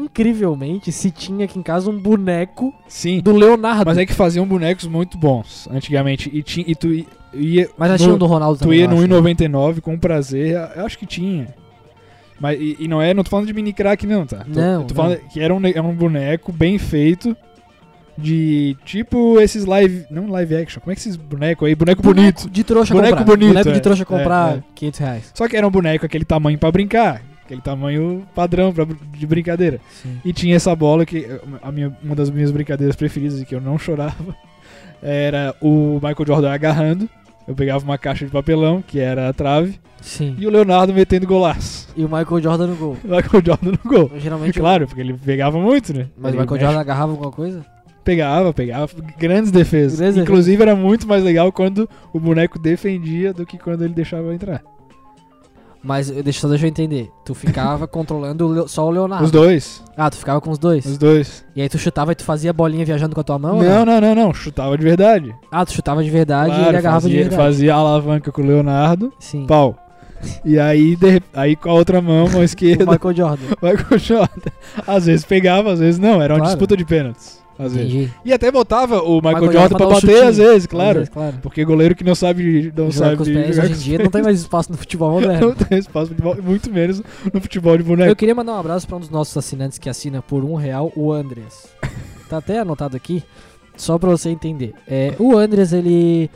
Speaker 2: incrivelmente, se tinha aqui em casa um boneco
Speaker 1: Sim.
Speaker 2: do Leonardo.
Speaker 1: Mas é que faziam bonecos muito bons antigamente. E, ti, e tu i- ia.
Speaker 2: Mas já
Speaker 1: no-
Speaker 2: tinha um do Ronaldo
Speaker 1: Tu
Speaker 2: também.
Speaker 1: ia
Speaker 2: eu
Speaker 1: no
Speaker 2: acho, né?
Speaker 1: 1,99 com prazer, eu acho que tinha. Mas, e, e não é, não tô falando de mini crack não, tá? Tô-
Speaker 2: Não,
Speaker 1: eu tô falando que era um, ne- era um boneco bem feito, de tipo esses live, não live action, como é que esses bonecos aí, boneco bonito.
Speaker 2: De trouxa
Speaker 1: Boneco
Speaker 2: comprar.
Speaker 1: bonito,
Speaker 2: Boneco de
Speaker 1: é.
Speaker 2: trouxa comprar
Speaker 1: É, é.
Speaker 2: 500 reais.
Speaker 1: Só que era um boneco aquele tamanho pra brincar, aquele tamanho padrão pra, br- de brincadeira.
Speaker 2: Sim.
Speaker 1: E tinha essa bola que eh, a minha, uma das minhas brincadeiras preferidas e que eu não chorava <laughs> era o Michael Jordan agarrando. Eu pegava uma caixa de papelão, que era a trave,
Speaker 2: Sim.
Speaker 1: e o Leonardo metendo golaço.
Speaker 2: E o Michael Jordan no gol.
Speaker 1: Michael Jordan no gol.
Speaker 2: Geralmente.
Speaker 1: Claro, porque ele pegava muito, né?
Speaker 2: Mas o
Speaker 1: Ele
Speaker 2: Michael
Speaker 1: mexe-
Speaker 2: Jordan agarrava alguma coisa?
Speaker 1: Pegava, pegava. Grandes defesas.
Speaker 2: Grandes
Speaker 1: Inclusive, era muito mais legal quando o boneco defendia do que quando ele deixava entrar.
Speaker 2: Mas eu- deixa, só deixa eu entender. Tu ficava <laughs> controlando o Leo- só o Leonardo.
Speaker 1: Os dois.
Speaker 2: Ah, tu ficava com os dois.
Speaker 1: Os dois.
Speaker 2: E aí tu chutava e tu fazia a bolinha viajando com a tua mão?
Speaker 1: Não,
Speaker 2: ou
Speaker 1: não, não, não, Chutava de verdade.
Speaker 2: Ah, tu chutava de verdade e
Speaker 1: Claro,
Speaker 2: ele agarrava
Speaker 1: fazia,
Speaker 2: de verdade.
Speaker 1: fazia alavanca com o Leonardo.
Speaker 2: Sim.
Speaker 1: Pau. E aí, de rep- aí com a outra mão, mão
Speaker 2: <laughs> O
Speaker 1: esquerda,
Speaker 2: Michael Jordan.
Speaker 1: Michael Jordan. Às vezes pegava, às vezes não. Era uma
Speaker 2: Claro.
Speaker 1: disputa de pênaltis. Às vezes.
Speaker 2: Entendi.
Speaker 1: E até botava o Michael,
Speaker 2: Michael Jordan
Speaker 1: Jordan
Speaker 2: pra
Speaker 1: pra
Speaker 2: dar um
Speaker 1: bater,
Speaker 2: chutinho.
Speaker 1: às vezes, claro.
Speaker 2: Mas, claro.
Speaker 1: Porque goleiro que não sabe não
Speaker 2: Jogar
Speaker 1: sabe
Speaker 2: com os pés
Speaker 1: jogar
Speaker 2: hoje
Speaker 1: com
Speaker 2: em
Speaker 1: os
Speaker 2: dia
Speaker 1: pés,
Speaker 2: não tem mais espaço no futebol moderno.
Speaker 1: não tem espaço no futebol, muito menos no futebol de
Speaker 2: Eu
Speaker 1: boneco. É
Speaker 2: queria mandar um abraço para um dos nossos assinantes que assina por um real, o Andreas. Tá até anotado aqui, só pra você entender. É, o Andreas, ele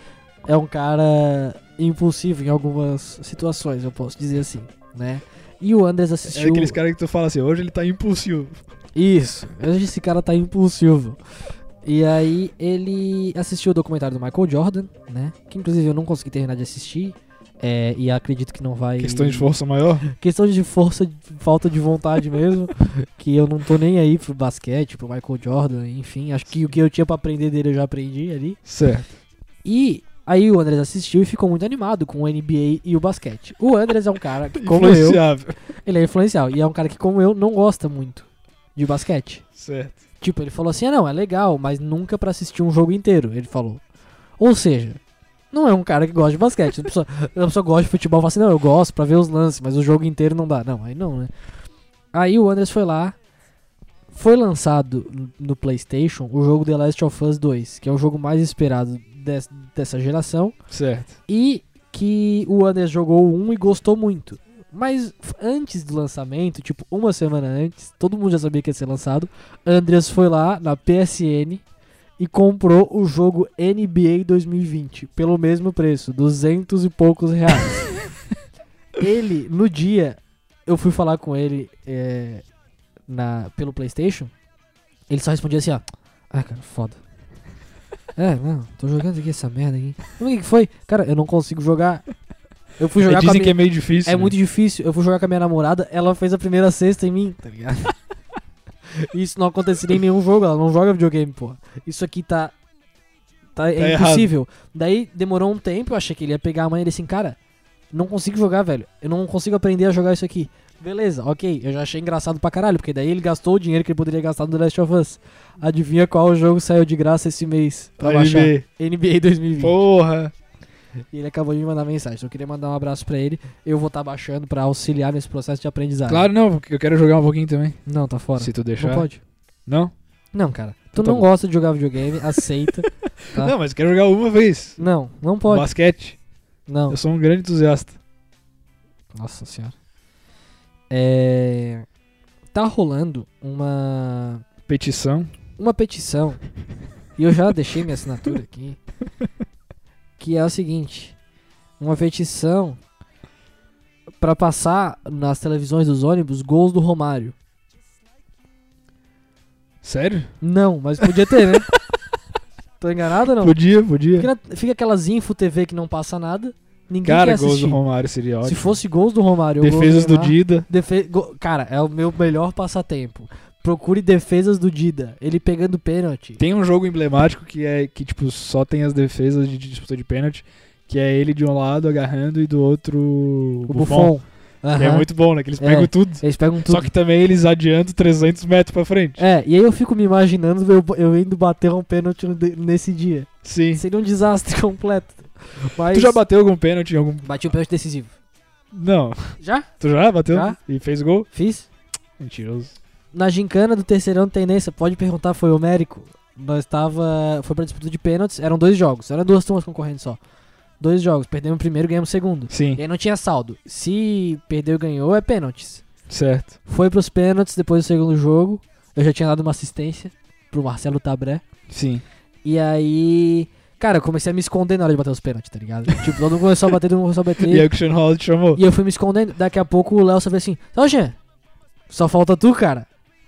Speaker 2: é um cara impulsivo em algumas situações, eu posso dizer assim, né? E o Andreas
Speaker 1: é
Speaker 2: assistiu...
Speaker 1: aqueles caras que tu fala assim, hoje ele tá impulsivo.
Speaker 2: Isso, hoje esse cara tá impulsivo. E aí ele assistiu o documentário do Michael Jordan, né? Que inclusive eu não consegui terminar de assistir. é, e acredito que não vai...
Speaker 1: Questão de força maior.
Speaker 2: Questão de força, de falta de vontade mesmo. que eu não tô nem aí pro basquete, pro Michael Jordan, enfim. Acho que o que eu tinha pra aprender dele eu já aprendi ali.
Speaker 1: <laughs> Certo.
Speaker 2: E aí o Andres assistiu e ficou muito animado com o NBA e o basquete. O Andres é um cara
Speaker 1: <laughs>
Speaker 2: que, como eu,
Speaker 1: Influenciável.
Speaker 2: ele é influencial. E é um cara que, como eu, não gosta muito de basquete.
Speaker 1: Certo.
Speaker 2: Tipo, ele falou assim: ah, não, é legal, mas nunca pra assistir um jogo inteiro. Ele falou. Ou seja. Não é um cara que gosta de basquete. A pessoa, <laughs> a pessoa gosta de futebol e fala assim: não, eu gosto pra ver os lances, mas o jogo inteiro não dá. Não, aí não, né? Aí o Andres foi lá. Foi lançado no- no PlayStation o jogo The Last of Us 2, que é o jogo mais esperado des- dessa geração
Speaker 1: Certo.
Speaker 2: e que o Anders jogou um e gostou muito. Mas f- antes do lançamento, tipo uma semana antes, todo mundo já sabia que ia ser lançado. Andreas foi lá na PSN e comprou o jogo NBA 2020 pelo mesmo preço, 200 e poucos
Speaker 1: <laughs>
Speaker 2: reais. ele, no dia, eu fui falar com ele é, na, pelo PlayStation. Ele só respondia assim: ó, ah,
Speaker 1: <laughs>
Speaker 2: cara, foda. É, não, tô jogando aqui essa merda aqui. O que que foi? Cara, eu não consigo jogar. Eu fui jogar
Speaker 1: É,
Speaker 2: com a
Speaker 1: dizem
Speaker 2: minha-
Speaker 1: que é meio difícil.
Speaker 2: é
Speaker 1: né?
Speaker 2: muito difícil. Eu fui jogar com a minha namorada, ela fez a primeira cesta em mim, tá ligado? <laughs> Isso não aconteceria em nenhum jogo, ela não joga videogame, porra. Isso aqui tá. Tá, é
Speaker 1: Tá errado.
Speaker 2: impossível. Daí demorou um tempo, eu achei que ele ia pegar a mãe e ele assim, cara, não consigo jogar, velho. Eu não consigo aprender a jogar isso aqui. Beleza, ok. Eu já achei engraçado pra caralho, porque daí ele gastou o dinheiro que ele poderia gastar no The Last of Us. Adivinha qual jogo saiu de graça esse mês pra
Speaker 1: Aí
Speaker 2: baixar?
Speaker 1: vê,
Speaker 2: NBA 2020.
Speaker 1: Porra.
Speaker 2: E ele acabou de me mandar mensagem. Então eu queria mandar um abraço pra ele. Eu vou estar baixando pra auxiliar nesse processo de aprendizado.
Speaker 1: Claro, não, porque eu quero jogar um pouquinho também.
Speaker 2: Não, tá fora.
Speaker 1: Se tu
Speaker 2: Ah. Não
Speaker 1: deixar.
Speaker 2: pode.
Speaker 1: Não?
Speaker 2: Não, cara. Tu
Speaker 1: Então tá
Speaker 2: não
Speaker 1: bom.
Speaker 2: gosta de jogar
Speaker 1: <laughs>
Speaker 2: videogame, aceita. Tá.
Speaker 1: Não, mas eu quero jogar uma vez.
Speaker 2: Não, não pode.
Speaker 1: Basquete.
Speaker 2: Não.
Speaker 1: Eu sou um grande entusiasta.
Speaker 2: Nossa senhora. É. Tá rolando uma.
Speaker 1: Petição.
Speaker 2: uma petição. E eu já deixei minha assinatura aqui. Que é o seguinte: uma petição pra passar nas televisões dos ônibus gols do Romário.
Speaker 1: Sério?
Speaker 2: Não, mas podia
Speaker 1: <laughs>
Speaker 2: ter, né? Tô enganado ou não?
Speaker 1: Podia, podia.
Speaker 2: Fica, na- fica aquelas info TV que não passa nada. Ninguém quer
Speaker 1: Cara, gols
Speaker 2: assistir.
Speaker 1: do Romário seria
Speaker 2: Se
Speaker 1: ótimo.
Speaker 2: fosse gols do Romário, ou gols
Speaker 1: Defesas do
Speaker 2: Neymar,
Speaker 1: Dida.
Speaker 2: Defe... go- Cara, é o meu melhor passatempo. Procure defesas do Dida. Ele pegando pênalti.
Speaker 1: Tem um jogo emblemático que é que, tipo, só tem as defesas de disputa de pênalti, que é ele de um lado agarrando e do outro
Speaker 2: O Buffon.
Speaker 1: Que é
Speaker 2: Aham.
Speaker 1: muito bom, né? Que eles
Speaker 2: É.
Speaker 1: pegam tudo.
Speaker 2: Eles pegam tudo.
Speaker 1: Só que também eles adiantam 300 metros pra frente.
Speaker 2: É, e aí eu fico me imaginando eu, eu indo bater um pênalti de- nesse dia.
Speaker 1: Sim.
Speaker 2: Seria um desastre <laughs> completo. Mas
Speaker 1: Tu já bateu algum pênalti em algum.
Speaker 2: bati o pênalti decisivo.
Speaker 1: Não.
Speaker 2: Já?
Speaker 1: Tu já bateu?
Speaker 2: Já.
Speaker 1: E fez gol?
Speaker 2: Fiz?
Speaker 1: Mentiroso.
Speaker 2: Na gincana do terceirão tem tendência, pode perguntar, foi homérico. Nós tava. Foi pra disputa de pênaltis, eram dois jogos, eram duas turmas concorrendo só. Dois jogos, perdemos o primeiro, ganhamos o segundo.
Speaker 1: Sim,
Speaker 2: E aí não tinha saldo. Se perdeu e ganhou, é pênaltis.
Speaker 1: certo.
Speaker 2: Foi pros pênaltis depois do segundo jogo. Eu já tinha dado uma assistência pro Marcelo Tabré.
Speaker 1: Sim.
Speaker 2: E aí. Cara, eu comecei a me esconder na hora de bater os pênaltis, tá ligado? tipo, todo mundo começou a bater, todo mundo começou a
Speaker 1: <laughs>
Speaker 2: bater.
Speaker 1: E aí o Cristiano Ronaldo te chamou.
Speaker 2: E eu fui me escondendo. Daqui a pouco o Léo só veio assim: Só, Jean, só falta tu, cara.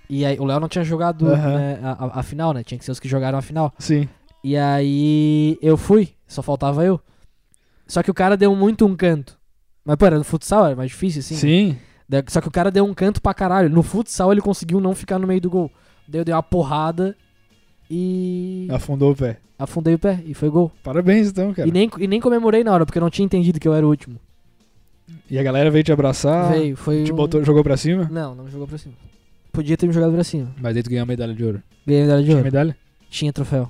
Speaker 2: E aí, o Léo não tinha jogado
Speaker 1: Aham.
Speaker 2: né, a, a- a final, né? Tinha que ser os que jogaram a final.
Speaker 1: Sim.
Speaker 2: E aí eu fui, só faltava eu. Só que o cara deu muito um canto. Mas, pera, no futsal era mais difícil, assim.
Speaker 1: Sim.
Speaker 2: Da- Só que o cara deu um canto pra caralho. No futsal ele conseguiu não ficar no meio do gol. Daí eu dei uma porrada e.
Speaker 1: Afundou o pé.
Speaker 2: Afundei o pé e foi gol.
Speaker 1: Parabéns então, Ah. cara.
Speaker 2: E nem, e nem comemorei na hora, porque eu não tinha entendido que eu era o último.
Speaker 1: E a galera veio te abraçar.
Speaker 2: Veio, foi.
Speaker 1: Te
Speaker 2: um-
Speaker 1: Ah, botou, jogou pra cima.
Speaker 2: Não, não me jogou pra cima. Podia ter me jogado pra cima.
Speaker 1: Mas aí tu ganhou a medalha de ouro.
Speaker 2: Ganhei a medalha de
Speaker 1: Tinha
Speaker 2: ouro.
Speaker 1: medalha?
Speaker 2: Tinha troféu.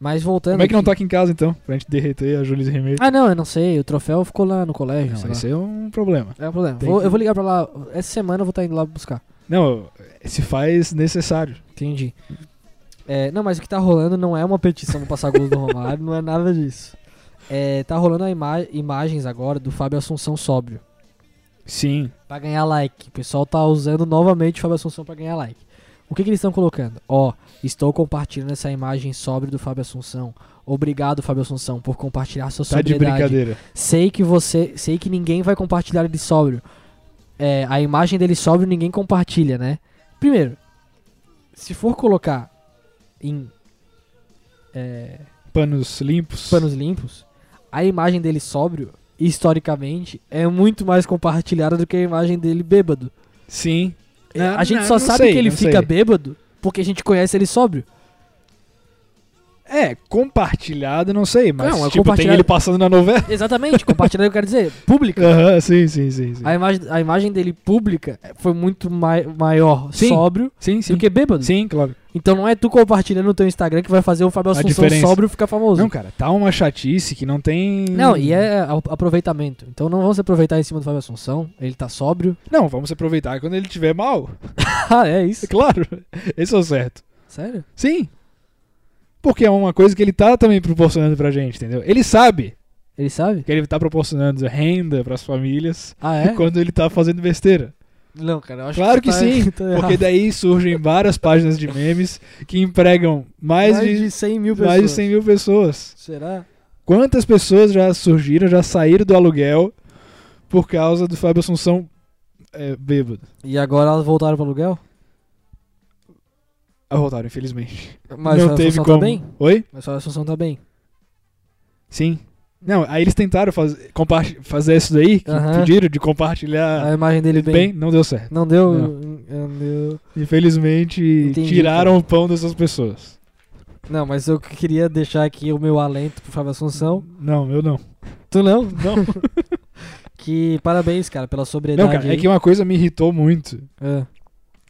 Speaker 2: Mas voltando.
Speaker 1: Como é que não
Speaker 2: aqui-
Speaker 1: tá aqui em casa então? Pra gente derreter a Júlia Remédio.
Speaker 2: Ah, não, eu não sei. O troféu ficou lá no colégio. sei
Speaker 1: Não,
Speaker 2: lá.
Speaker 1: esse é um problema.
Speaker 2: É um problema.
Speaker 1: Tem
Speaker 2: Vou-
Speaker 1: que-
Speaker 2: Eu vou ligar pra lá. Essa semana eu vou estar indo lá buscar.
Speaker 1: Não, se faz necessário.
Speaker 2: Entendi. É, não, mas o que tá rolando não é uma petição pra passar gols do Romário, não é nada disso. É, tá rolando a ima- imagens agora do Fábio Assunção sóbrio.
Speaker 1: Sim.
Speaker 2: Pra ganhar like. O pessoal tá usando novamente o Fábio Assunção pra ganhar like. O que, que eles estão colocando? Ó, estou compartilhando essa imagem sóbrio do Fábio Assunção. Obrigado, Fábio Assunção, por compartilhar sua
Speaker 1: Tá de
Speaker 2: sobriedade.
Speaker 1: brincadeira.
Speaker 2: Sei que você. Sei que ninguém vai compartilhar ele sóbrio. É, a imagem dele sóbrio ninguém compartilha, né? Primeiro, se for colocar em é,
Speaker 1: Panos limpos.
Speaker 2: panos limpos, a imagem dele sóbrio, historicamente, é muito mais compartilhada do que a imagem dele bêbado.
Speaker 1: Sim. Não,
Speaker 2: a gente
Speaker 1: É, não,
Speaker 2: só
Speaker 1: não
Speaker 2: sabe
Speaker 1: sei,
Speaker 2: que ele
Speaker 1: não
Speaker 2: fica
Speaker 1: sei.
Speaker 2: bêbado porque a gente conhece ele sóbrio.
Speaker 1: É, compartilhado, não sei, mas
Speaker 2: Não, é
Speaker 1: tipo, tem
Speaker 2: compartilhado.
Speaker 1: ele passando na novela.
Speaker 2: Exatamente, compartilhado eu quero dizer, pública.
Speaker 1: Aham, sim, sim, sim. Sim,
Speaker 2: A imagem, a imagem dele pública foi muito mai- maior
Speaker 1: Sim.
Speaker 2: sóbrio
Speaker 1: sim. Sim,
Speaker 2: do que bêbado.
Speaker 1: Sim, claro.
Speaker 2: Então não é tu compartilhando no teu Instagram que vai fazer o Fábio
Speaker 1: A
Speaker 2: Assunção
Speaker 1: diferença.
Speaker 2: sóbrio ficar famoso.
Speaker 1: Não,
Speaker 2: Não,
Speaker 1: cara, tá uma chatice que não tem.
Speaker 2: e é a- aproveitamento. Então não vamos se aproveitar em cima do Fábio Assunção. Ele tá
Speaker 1: <laughs>
Speaker 2: sóbrio.
Speaker 1: Não, vamos aproveitar quando ele tiver mal. <laughs>
Speaker 2: ah, é isso?
Speaker 1: Claro, esse é o certo.
Speaker 2: Sério?
Speaker 1: Sim. Porque é uma coisa que ele tá também proporcionando pra gente, entendeu? Ele sabe
Speaker 2: Ele sabe?
Speaker 1: que ele tá proporcionando renda pras famílias
Speaker 2: Ah, é?
Speaker 1: quando ele tá fazendo besteira.
Speaker 2: Não, cara, eu acho
Speaker 1: Claro
Speaker 2: que,
Speaker 1: que
Speaker 2: tá-
Speaker 1: sim,
Speaker 2: <laughs> tá errado.
Speaker 1: porque daí surgem várias páginas de memes que empregam mais,
Speaker 2: mais
Speaker 1: de,
Speaker 2: de 100 mil pessoas.
Speaker 1: mais de 100 mil pessoas.
Speaker 2: Será?
Speaker 1: Quantas pessoas já surgiram, já saíram do aluguel por causa do Fábio Assunção é, bêbado?
Speaker 2: E agora elas voltaram pro aluguel?
Speaker 1: Ah, voltaram, infelizmente.
Speaker 2: Mas
Speaker 1: Não
Speaker 2: a
Speaker 1: teve
Speaker 2: Assunção
Speaker 1: como.
Speaker 2: tá bem?
Speaker 1: Oi?
Speaker 2: Mas a Assunção tá bem.
Speaker 1: Sim. Não, aí eles tentaram faz, comparti- fazer isso daí, que
Speaker 2: Aham.
Speaker 1: pediram de compartilhar
Speaker 2: a imagem dele bem.
Speaker 1: bem, não deu certo.
Speaker 2: Não deu?
Speaker 1: Não.
Speaker 2: Não deu.
Speaker 1: Infelizmente,
Speaker 2: Entendi,
Speaker 1: tiraram o pão dessas pessoas.
Speaker 2: Não, mas eu queria deixar aqui o meu alento pro Fábio Assunção.
Speaker 1: Não, eu não.
Speaker 2: Tu não?
Speaker 1: Não,
Speaker 2: <laughs> Que parabéns, cara, pela sobriedade.
Speaker 1: não cara, é
Speaker 2: aí.
Speaker 1: que uma coisa me irritou muito.
Speaker 2: Ah,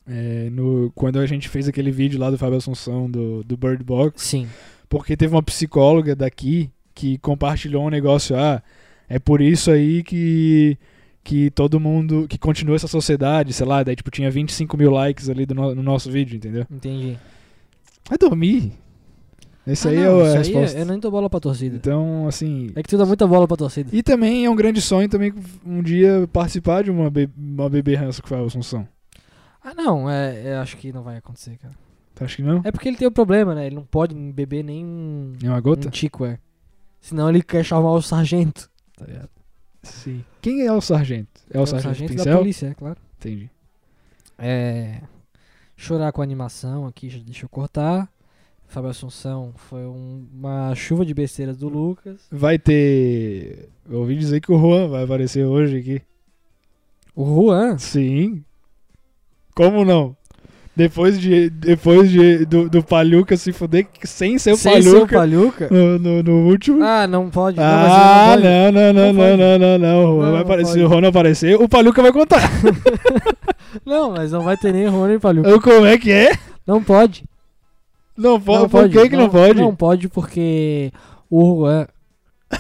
Speaker 1: é, no, quando a gente fez aquele vídeo lá do Fábio Assunção, do, do Bird Box,
Speaker 2: Sim.
Speaker 1: porque teve uma psicóloga daqui que compartilhou um negócio, ah, é por isso aí que que todo mundo, que continua essa sociedade, sei lá, daí tipo tinha 25 mil likes ali do no, no nosso vídeo, entendeu?
Speaker 2: Entendi.
Speaker 1: Vai dormir. Esse
Speaker 2: Ah,
Speaker 1: aí
Speaker 2: não,
Speaker 1: é a
Speaker 2: isso
Speaker 1: resposta.
Speaker 2: eu nem dou bola pra torcida.
Speaker 1: Então, assim...
Speaker 2: É que tu dá muita bola pra torcida.
Speaker 1: E também é um grande sonho também um dia participar de uma, be uma bebê ranço com o Fábio Assunção.
Speaker 2: Ah, não, é, é, acho que não vai acontecer, cara.
Speaker 1: Tu acha Tá, que não?
Speaker 2: É porque ele tem o problema, né? Ele não pode beber nem um,
Speaker 1: É uma
Speaker 2: um
Speaker 1: gota?
Speaker 2: tico, é. Senão ele quer chamar o sargento. Tá ligado?
Speaker 1: Sim. Quem é o sargento? É o, sargento,
Speaker 2: da
Speaker 1: Pincel?
Speaker 2: polícia, é claro.
Speaker 1: Entendi.
Speaker 2: É. Chorar com animação aqui, já deixa eu cortar. Fábio Assunção foi um- uma chuva de besteiras do Lucas.
Speaker 1: Vai ter... Eu ouvi dizer que o Juan vai aparecer hoje aqui.
Speaker 2: O Juan,
Speaker 1: Sim. Como não? Depois de depois de do, do Paluca se fuder sem ser o
Speaker 2: sem ser o
Speaker 1: Paluca
Speaker 2: Paluca.
Speaker 1: no, no, no último.
Speaker 2: Ah, não pode. não, mas ele
Speaker 1: Ah,
Speaker 2: não pode.
Speaker 1: não, não, não,
Speaker 2: Não
Speaker 1: não,
Speaker 2: pode.
Speaker 1: não, não, não.
Speaker 2: Não,
Speaker 1: Vai
Speaker 2: não
Speaker 1: aparecer,
Speaker 2: pode.
Speaker 1: o Rona aparecer, o Paluca vai contar.
Speaker 2: Não, mas não vai ter nem Juan nem Paluca.
Speaker 1: Eu, como é que é?
Speaker 2: Não pode.
Speaker 1: Não pode.
Speaker 2: não
Speaker 1: Por
Speaker 2: pode.
Speaker 1: que que não pode?
Speaker 2: Não pode porque o Juan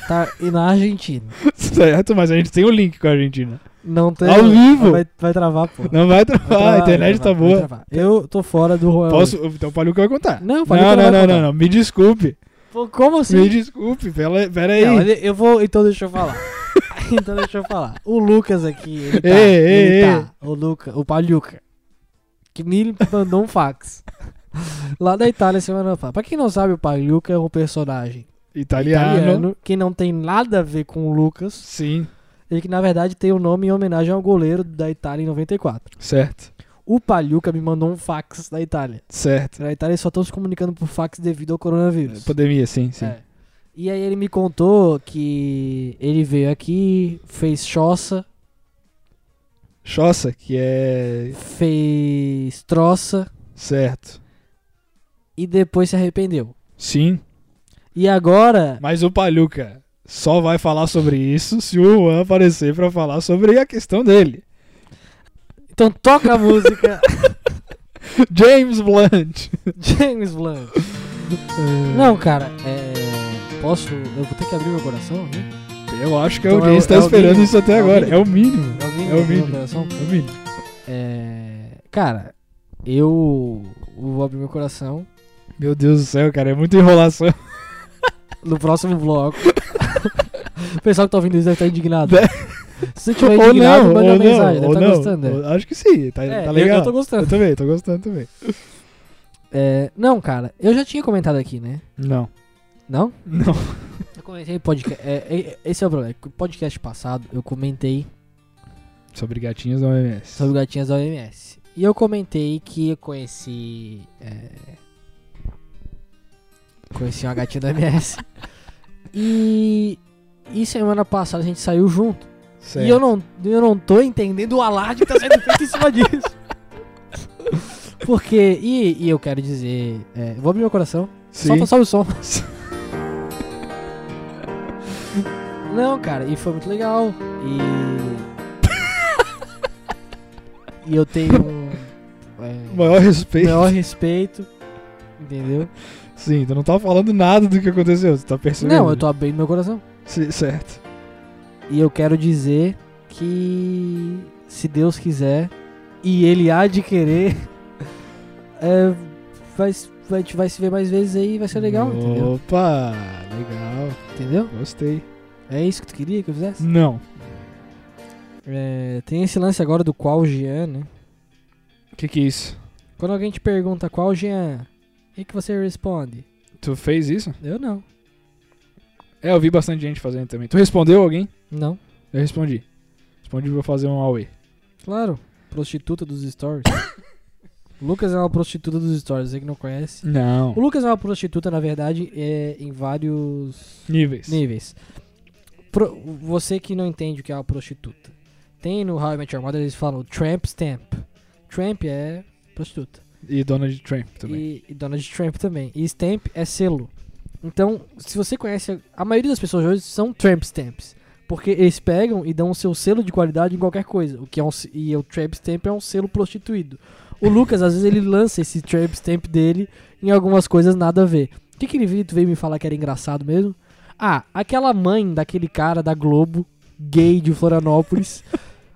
Speaker 2: tá e na Argentina.
Speaker 1: <laughs> Certo, mas a gente tem o link com a Argentina.
Speaker 2: Não tem.
Speaker 1: Ao vivo?
Speaker 2: Vai, vai travar, pô.
Speaker 1: Não vai travar,
Speaker 2: Vai travar,
Speaker 1: a internet
Speaker 2: vai
Speaker 1: tá
Speaker 2: travar, vai
Speaker 1: boa.
Speaker 2: travar. Eu tô fora do Juan. hoje.
Speaker 1: Posso, então o Paluca vai contar.
Speaker 2: Não, o
Speaker 1: não,
Speaker 2: Paluca não
Speaker 1: não,
Speaker 2: vai
Speaker 1: não,
Speaker 2: contar.
Speaker 1: não, não, me desculpe.
Speaker 2: Pô, Como assim?
Speaker 1: Me desculpe, pera, pera aí.
Speaker 2: Não, ele- eu vou, então deixa
Speaker 1: <laughs>
Speaker 2: eu falar. então deixa eu falar. O Lucas aqui, ele tá.
Speaker 1: Ei,
Speaker 2: ele
Speaker 1: ei,
Speaker 2: tá. O Luca, o Paluca. Que me mandou
Speaker 1: <laughs>
Speaker 2: um fax. Lá da Itália semana passada. Pra quem não sabe, o Paluca é um personagem
Speaker 1: Italiano.
Speaker 2: é italiano, que não tem nada a ver com o Lucas
Speaker 1: Sim,
Speaker 2: e que na verdade tem o nome em homenagem ao goleiro da Itália em 94.
Speaker 1: certo,
Speaker 2: O Paluca me mandou um fax da Itália.
Speaker 1: certo.
Speaker 2: Na Itália eles só estão se comunicando por fax devido ao coronavírus.
Speaker 1: Pandemia, sim, sim.
Speaker 2: É. E aí ele me contou que ele veio aqui, fez choça,
Speaker 1: Choça, que é.
Speaker 2: fez troça
Speaker 1: Certo.
Speaker 2: e depois se arrependeu.
Speaker 1: Sim.
Speaker 2: E agora,
Speaker 1: Mas o Paluca só vai falar sobre isso se o Juan aparecer pra falar sobre a questão dele.
Speaker 2: então toca
Speaker 1: <laughs>
Speaker 2: a música
Speaker 1: James
Speaker 2: <laughs>
Speaker 1: Blunt.
Speaker 2: James Blunt. Não, cara, é... posso? Eu vou ter que abrir meu coração né? aqui?
Speaker 1: Eu acho que a
Speaker 2: Então é o-
Speaker 1: audiência tá
Speaker 2: é o
Speaker 1: esperando
Speaker 2: mínimo.
Speaker 1: isso até
Speaker 2: É o
Speaker 1: agora.
Speaker 2: mínimo.
Speaker 1: É o mínimo.
Speaker 2: É o mínimo,
Speaker 1: É o
Speaker 2: abrir meu
Speaker 1: mínimo.
Speaker 2: coração.
Speaker 1: É o mínimo.
Speaker 2: É... Cara, eu vou abrir meu coração
Speaker 1: Meu Deus do céu, cara, é muita enrolação.
Speaker 2: no próximo bloco. <laughs> o pessoal que tá ouvindo isso deve estar indignado.
Speaker 1: Deve.
Speaker 2: Se tiver
Speaker 1: Né? ou
Speaker 2: indignado,
Speaker 1: não,
Speaker 2: manda
Speaker 1: ou não,
Speaker 2: mensagem, deve
Speaker 1: ou
Speaker 2: tá
Speaker 1: não.
Speaker 2: gostando. né?
Speaker 1: Ou- Acho que sim, tá,
Speaker 2: É,
Speaker 1: tá
Speaker 2: eu-
Speaker 1: legal.
Speaker 2: Eu tô
Speaker 1: Eu
Speaker 2: gostando.
Speaker 1: também, tô gostando também.
Speaker 2: É, não, cara, eu já tinha comentado aqui, né?
Speaker 1: Não,
Speaker 2: Não?
Speaker 1: não.
Speaker 2: Eu comentei podcast. esse é o problema. que o Podcast passado, eu comentei
Speaker 1: Sobre gatinhos é da OMS.
Speaker 2: sobre gatinhas da OMS. E eu comentei que eu conheci. é, conheci uma gatinha da OMS. E. E semana passada a gente saiu junto.
Speaker 1: Certo.
Speaker 2: E eu não, eu não tô entendendo o alarde que tá sendo feito em cima <laughs> disso. Porque. E, e eu quero dizer. é, vou abrir meu coração.
Speaker 1: Sim.
Speaker 2: Solta, sobe o som. <laughs> Não, cara, e foi muito legal. E. e <laughs> eu tenho um.
Speaker 1: O
Speaker 2: É,
Speaker 1: maior respeito.
Speaker 2: maior respeito. Entendeu?
Speaker 1: Sim, tu não tá falando nada do que aconteceu, tu tá percebendo?
Speaker 2: Não, eu tô abrindo meu coração.
Speaker 1: Sim, certo.
Speaker 2: E eu quero dizer que. Se Deus quiser, e Ele há de querer. <laughs> é, vai, vai, a gente vai se ver mais vezes aí, vai ser é legal, entendeu?
Speaker 1: Opa, legal.
Speaker 2: Entendeu?
Speaker 1: Gostei.
Speaker 2: É isso que tu queria que eu fizesse?
Speaker 1: Não.
Speaker 2: É, tem esse lance agora do qual Jean, né?
Speaker 1: O que que é isso?
Speaker 2: Quando alguém te pergunta qual Jean, e que você responde?
Speaker 1: Tu fez isso?
Speaker 2: Eu não.
Speaker 1: É, eu vi bastante gente fazendo também. Tu respondeu alguém?
Speaker 2: Não.
Speaker 1: Eu respondi. Respondi pra fazer um Huawei.
Speaker 2: Claro, prostituta dos stories. o Lucas é uma prostituta dos stories, você que não conhece.
Speaker 1: Não.
Speaker 2: O Lucas é uma prostituta, na verdade, é em vários
Speaker 1: Níveis.
Speaker 2: níveis. Pro- você que não entende o que é uma prostituta. Tem no How I Met Your Mother, eles falam tramp stamp. Tramp é prostituta.
Speaker 1: E Donald Trump também.
Speaker 2: E, e Donald Trump também. E stamp é selo. Então, se você conhece, a maioria das pessoas hoje são tramp stamps. Porque eles pegam e dão o seu selo de qualidade em qualquer coisa. O que é um, se- e o tramp stamp é um selo prostituído. O Lucas, às vezes, ele lança esse tramp stamp dele em algumas coisas nada a ver. O que, que ele veio, tu veio me falar que era engraçado mesmo? Ah, aquela mãe daquele cara da Globo, gay de Florianópolis,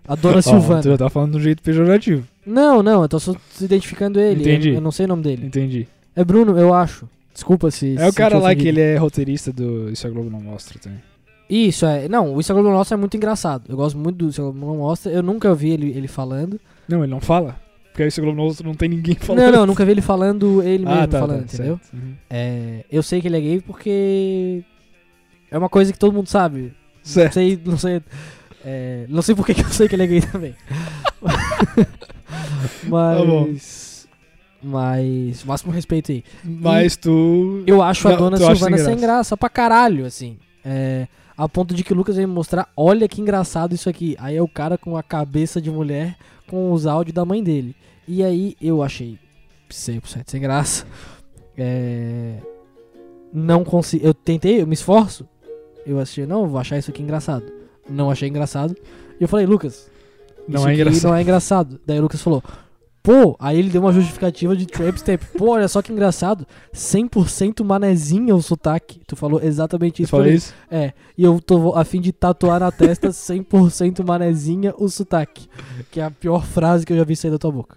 Speaker 2: a dona
Speaker 1: <laughs> Ó,
Speaker 2: Silvana.
Speaker 1: Tu já tá falando de um jeito pejorativo.
Speaker 2: Não, não, eu tô só identificando ele.
Speaker 1: Entendi.
Speaker 2: Eu, eu não sei o nome dele.
Speaker 1: Entendi.
Speaker 2: É Bruno, eu acho. Desculpa se.
Speaker 1: É o
Speaker 2: se
Speaker 1: cara
Speaker 2: te
Speaker 1: lá
Speaker 2: ofendi.
Speaker 1: que ele é roteirista do Isso a Globo não mostra também.
Speaker 2: Isso, é. Não, o Instagram nosso é muito engraçado. Eu gosto muito do Instagram mostra. Eu nunca ouvi ele, ele falando.
Speaker 1: Não, ele não fala. Porque aí Isso a Globo não mostra não tem ninguém falando.
Speaker 2: Não, não, eu nunca vi ele falando, ele
Speaker 1: ah,
Speaker 2: mesmo
Speaker 1: tá,
Speaker 2: falando,
Speaker 1: tá,
Speaker 2: entendeu?
Speaker 1: certo. Uhum.
Speaker 2: É, eu sei que ele é gay porque. É uma coisa que todo mundo sabe. Não
Speaker 1: Certo.
Speaker 2: sei, não sei. é, não sei por que que eu sei que ele é gay
Speaker 1: <laughs>
Speaker 2: também. <laughs>
Speaker 1: Tá bom.
Speaker 2: mas. mas. Máximo respeito aí.
Speaker 1: Mas tu.
Speaker 2: Eu acho a
Speaker 1: Não,
Speaker 2: dona
Speaker 1: tu acha
Speaker 2: Silvana
Speaker 1: sem
Speaker 2: sem graça pra caralho, assim. É, a ponto de que o Lucas veio me mostrar, olha que engraçado isso aqui. Aí é o cara com a cabeça de mulher com os áudios da mãe dele. E aí eu achei 100% sem graça. É, não consigo. Eu tentei, eu me esforço. Eu achei, não, eu vou achar isso aqui engraçado. Não achei engraçado. E eu falei, Lucas,
Speaker 1: Não
Speaker 2: isso
Speaker 1: é
Speaker 2: aqui
Speaker 1: engraçado.
Speaker 2: Não é engraçado. Daí o Lucas falou, pô, aí ele deu uma justificativa de tramp stamp. Pô, olha só que engraçado. 100% manezinha o sotaque. Tu falou exatamente
Speaker 1: Tu
Speaker 2: isso. pra
Speaker 1: fala
Speaker 2: mim.
Speaker 1: isso?
Speaker 2: É, e eu tô a fim de tatuar na testa 100% manezinha o sotaque. Que é a pior frase que eu já vi sair da tua boca.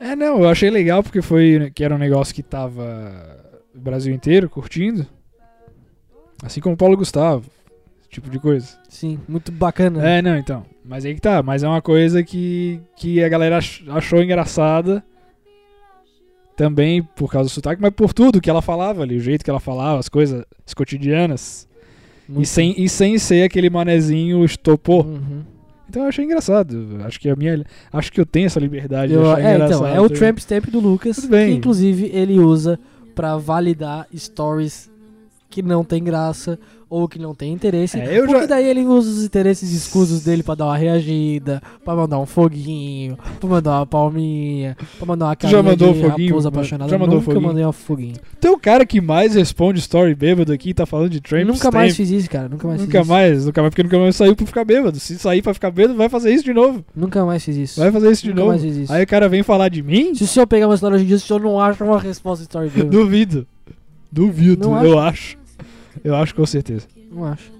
Speaker 1: É, não, eu achei legal porque foi que era um negócio que tava o Brasil inteiro curtindo. Assim como Paulo Gustavo, esse tipo de coisa.
Speaker 2: Sim, muito bacana.
Speaker 1: É, não, então. Mas aí que tá, mas é uma coisa que, que a galera ach- achou engraçada. Também por causa do sotaque, mas por tudo que ela falava ali, o jeito que ela falava, as coisas as cotidianas. E
Speaker 2: Muito-
Speaker 1: sem, e sem ser aquele manezinho estopor.
Speaker 2: Uhum.
Speaker 1: Então eu achei engraçado. Acho que a minha. Acho que eu tenho essa liberdade de
Speaker 2: Eu-
Speaker 1: achar
Speaker 2: é,
Speaker 1: engraçado. né?
Speaker 2: então, é o tramp stamp do Lucas,
Speaker 1: Tudo bem.
Speaker 2: que inclusive ele usa pra validar stories que não tem graça ou que não tem interesse.
Speaker 1: É, eu
Speaker 2: porque
Speaker 1: já-
Speaker 2: daí ele usa os interesses escusos dele pra dar uma reagida, pra mandar um foguinho, pra mandar uma palminha, pra mandar uma
Speaker 1: Tu já
Speaker 2: carinha
Speaker 1: mandou
Speaker 2: de
Speaker 1: o foguinho?
Speaker 2: raposa apaixonada.
Speaker 1: Já mandou o
Speaker 2: Nunca
Speaker 1: foguinho?
Speaker 2: mandei um foguinho.
Speaker 1: Tem o cara que mais responde story bêbado aqui e tá falando de tramp
Speaker 2: nunca
Speaker 1: stamp.
Speaker 2: mais fiz isso, cara. Nunca mais
Speaker 1: Nunca
Speaker 2: fiz
Speaker 1: mais, nunca mais, porque nunca mais saiu pra ficar bêbado. Se sair pra ficar bêbado, vai fazer isso de novo.
Speaker 2: isso. Nunca mais fiz isso.
Speaker 1: Vai fazer isso de
Speaker 2: Nunca
Speaker 1: novo.
Speaker 2: mais fiz isso.
Speaker 1: Aí o cara vem falar de mim?
Speaker 2: Se o senhor pegar uma história hoje em dia, o senhor não acha uma resposta de story
Speaker 1: <laughs>
Speaker 2: dele.
Speaker 1: Duvido. Duvido,
Speaker 2: Não
Speaker 1: eu acho. Eu acho com certeza.
Speaker 2: Não acho.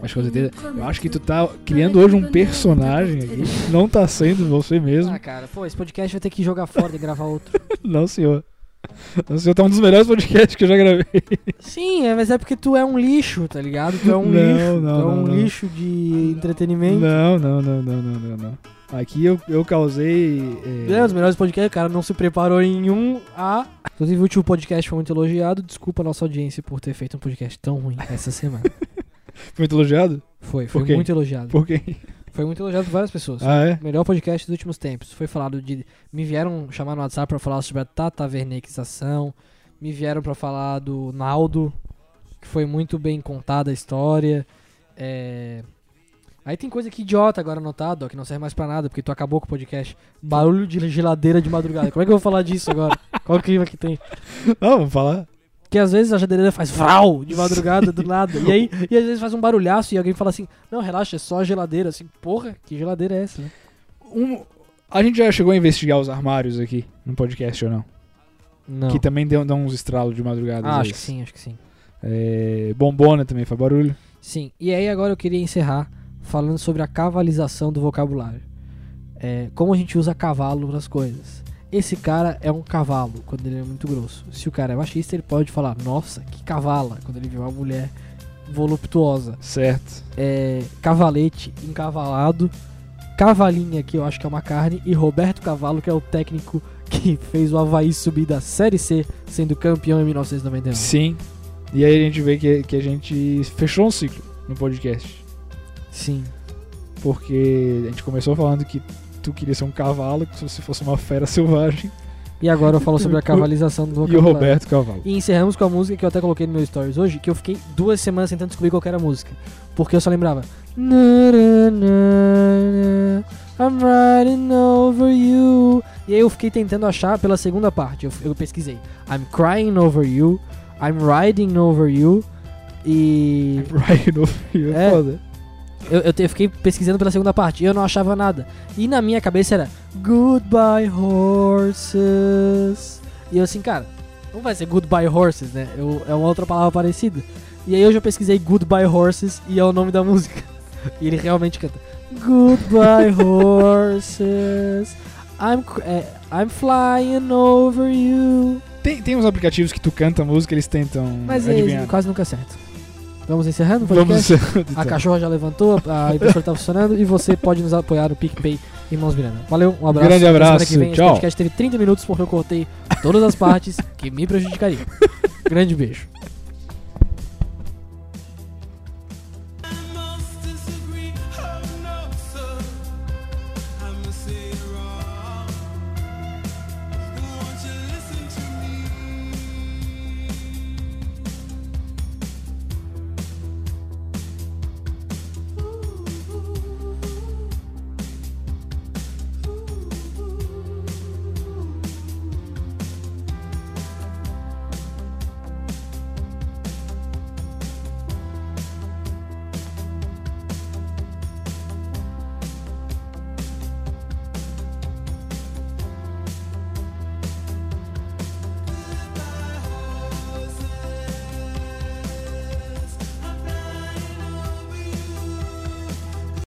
Speaker 1: Acho com certeza. Eu acho que tu tá criando hoje um personagem aqui. Não tá sendo você mesmo.
Speaker 2: Ah, cara, pô, esse podcast vai ter que jogar fora e gravar outro.
Speaker 1: Não, senhor. Não, senhor, tá um dos melhores podcasts que eu já gravei.
Speaker 2: Sim, é, mas é porque tu é um lixo, tá ligado? Tu é um
Speaker 1: <laughs> Não,
Speaker 2: lixo.
Speaker 1: não,
Speaker 2: tu é
Speaker 1: não,
Speaker 2: um
Speaker 1: não.
Speaker 2: lixo de entretenimento.
Speaker 1: Não, não, não, não, não, não, não. Aqui eu, eu causei. eh,
Speaker 2: É, os melhores podcasts, o cara não se preparou em um A. Inclusive, o último podcast foi muito elogiado. Desculpa a nossa audiência por ter feito um podcast tão ruim
Speaker 1: <laughs>
Speaker 2: essa semana.
Speaker 1: Foi muito elogiado?
Speaker 2: Foi,
Speaker 1: Por
Speaker 2: foi
Speaker 1: quê?
Speaker 2: muito elogiado.
Speaker 1: Por quem?
Speaker 2: Foi muito elogiado por várias pessoas.
Speaker 1: Ah, é?
Speaker 2: Melhor podcast dos últimos tempos. Foi falado de. Me vieram chamar no WhatsApp pra falar sobre a tataverniquização. Me vieram pra falar do Naldo, que foi muito bem contada a história. É, Aí tem coisa que idiota agora anotado, ó, que não serve mais pra nada, porque tu acabou com o podcast. Barulho de geladeira de madrugada. Como é que eu vou falar disso agora? Qual o clima que tem?
Speaker 1: Não, vamos falar.
Speaker 2: Porque às vezes a geladeira faz vral de madrugada, do nada. E aí, e às vezes faz um barulhaço e alguém fala assim: Não, relaxa, é só a geladeira. Assim, porra, que geladeira é essa, né?
Speaker 1: Um- A gente já chegou a investigar os armários aqui no podcast ou não?
Speaker 2: Não.
Speaker 1: Que também deu, dá uns estralos de madrugada. às
Speaker 2: Ah, acho que
Speaker 1: vezes.
Speaker 2: sim, acho que sim.
Speaker 1: É, bombona também faz barulho.
Speaker 2: Sim, e aí agora eu queria encerrar falando sobre a cavalização do vocabulário. É, como a gente usa cavalo nas coisas. esse cara é um cavalo, quando ele é muito grosso. Se o cara é machista, ele pode falar, nossa, que cavala, quando ele vê uma mulher voluptuosa.
Speaker 1: Certo.
Speaker 2: É, cavalete, encavalado, cavalinha, que eu acho que é uma carne, e Roberto Cavalo, que é o técnico que fez o Havaí subir da Série C, sendo campeão em 1991.
Speaker 1: Sim. E aí a gente vê que, que a gente fechou um ciclo no podcast.
Speaker 2: Sim.
Speaker 1: Porque a gente começou falando que tu queria ser um cavalo, que se você fosse uma fera selvagem.
Speaker 2: E agora eu falo
Speaker 1: <laughs>
Speaker 2: sobre a cavalização do
Speaker 1: E o
Speaker 2: vocabulário.
Speaker 1: Roberto Cavalo.
Speaker 2: <laughs> E encerramos com a música que eu até coloquei no meu stories hoje, que eu fiquei duas semanas tentando descobrir qual que era a música. Porque eu só lembrava. "Na, na, na, na, I'm riding over you. E aí eu fiquei tentando achar pela segunda parte. Eu, eu pesquisei. I'm crying over you. I'm riding over you. E
Speaker 1: Ryan O'Neill é
Speaker 2: É.
Speaker 1: foda.
Speaker 2: eu, eu, te- eu fiquei pesquisando pela segunda parte e eu não achava nada. E na minha cabeça era Goodbye Horses. E eu assim, cara, não vai ser Goodbye Horses, né? Eu- é uma outra palavra parecida. E aí hoje eu pesquisei Goodbye Horses e é o nome da música. <laughs> E ele realmente canta Goodbye Horses. I'm, cr- é, I'm flying over you.
Speaker 1: Tem, tem uns aplicativos que tu canta a música, eles tentam
Speaker 2: Mas
Speaker 1: adivinhar.
Speaker 2: eles quase nunca acertam. Vamos encerrando é o podcast?
Speaker 1: Vamos <laughs> Então.
Speaker 2: A cachorra já levantou, a a impressora tá funcionando e você pode nos apoiar no PicPay Irmãos Miranda. Valeu, um abraço.
Speaker 1: Grande abraço,
Speaker 2: Semana que vem
Speaker 1: tchau. <laughs>
Speaker 2: esse podcast teve 30 minutos porque eu cortei todas as partes que me prejudicariam. Grande beijo.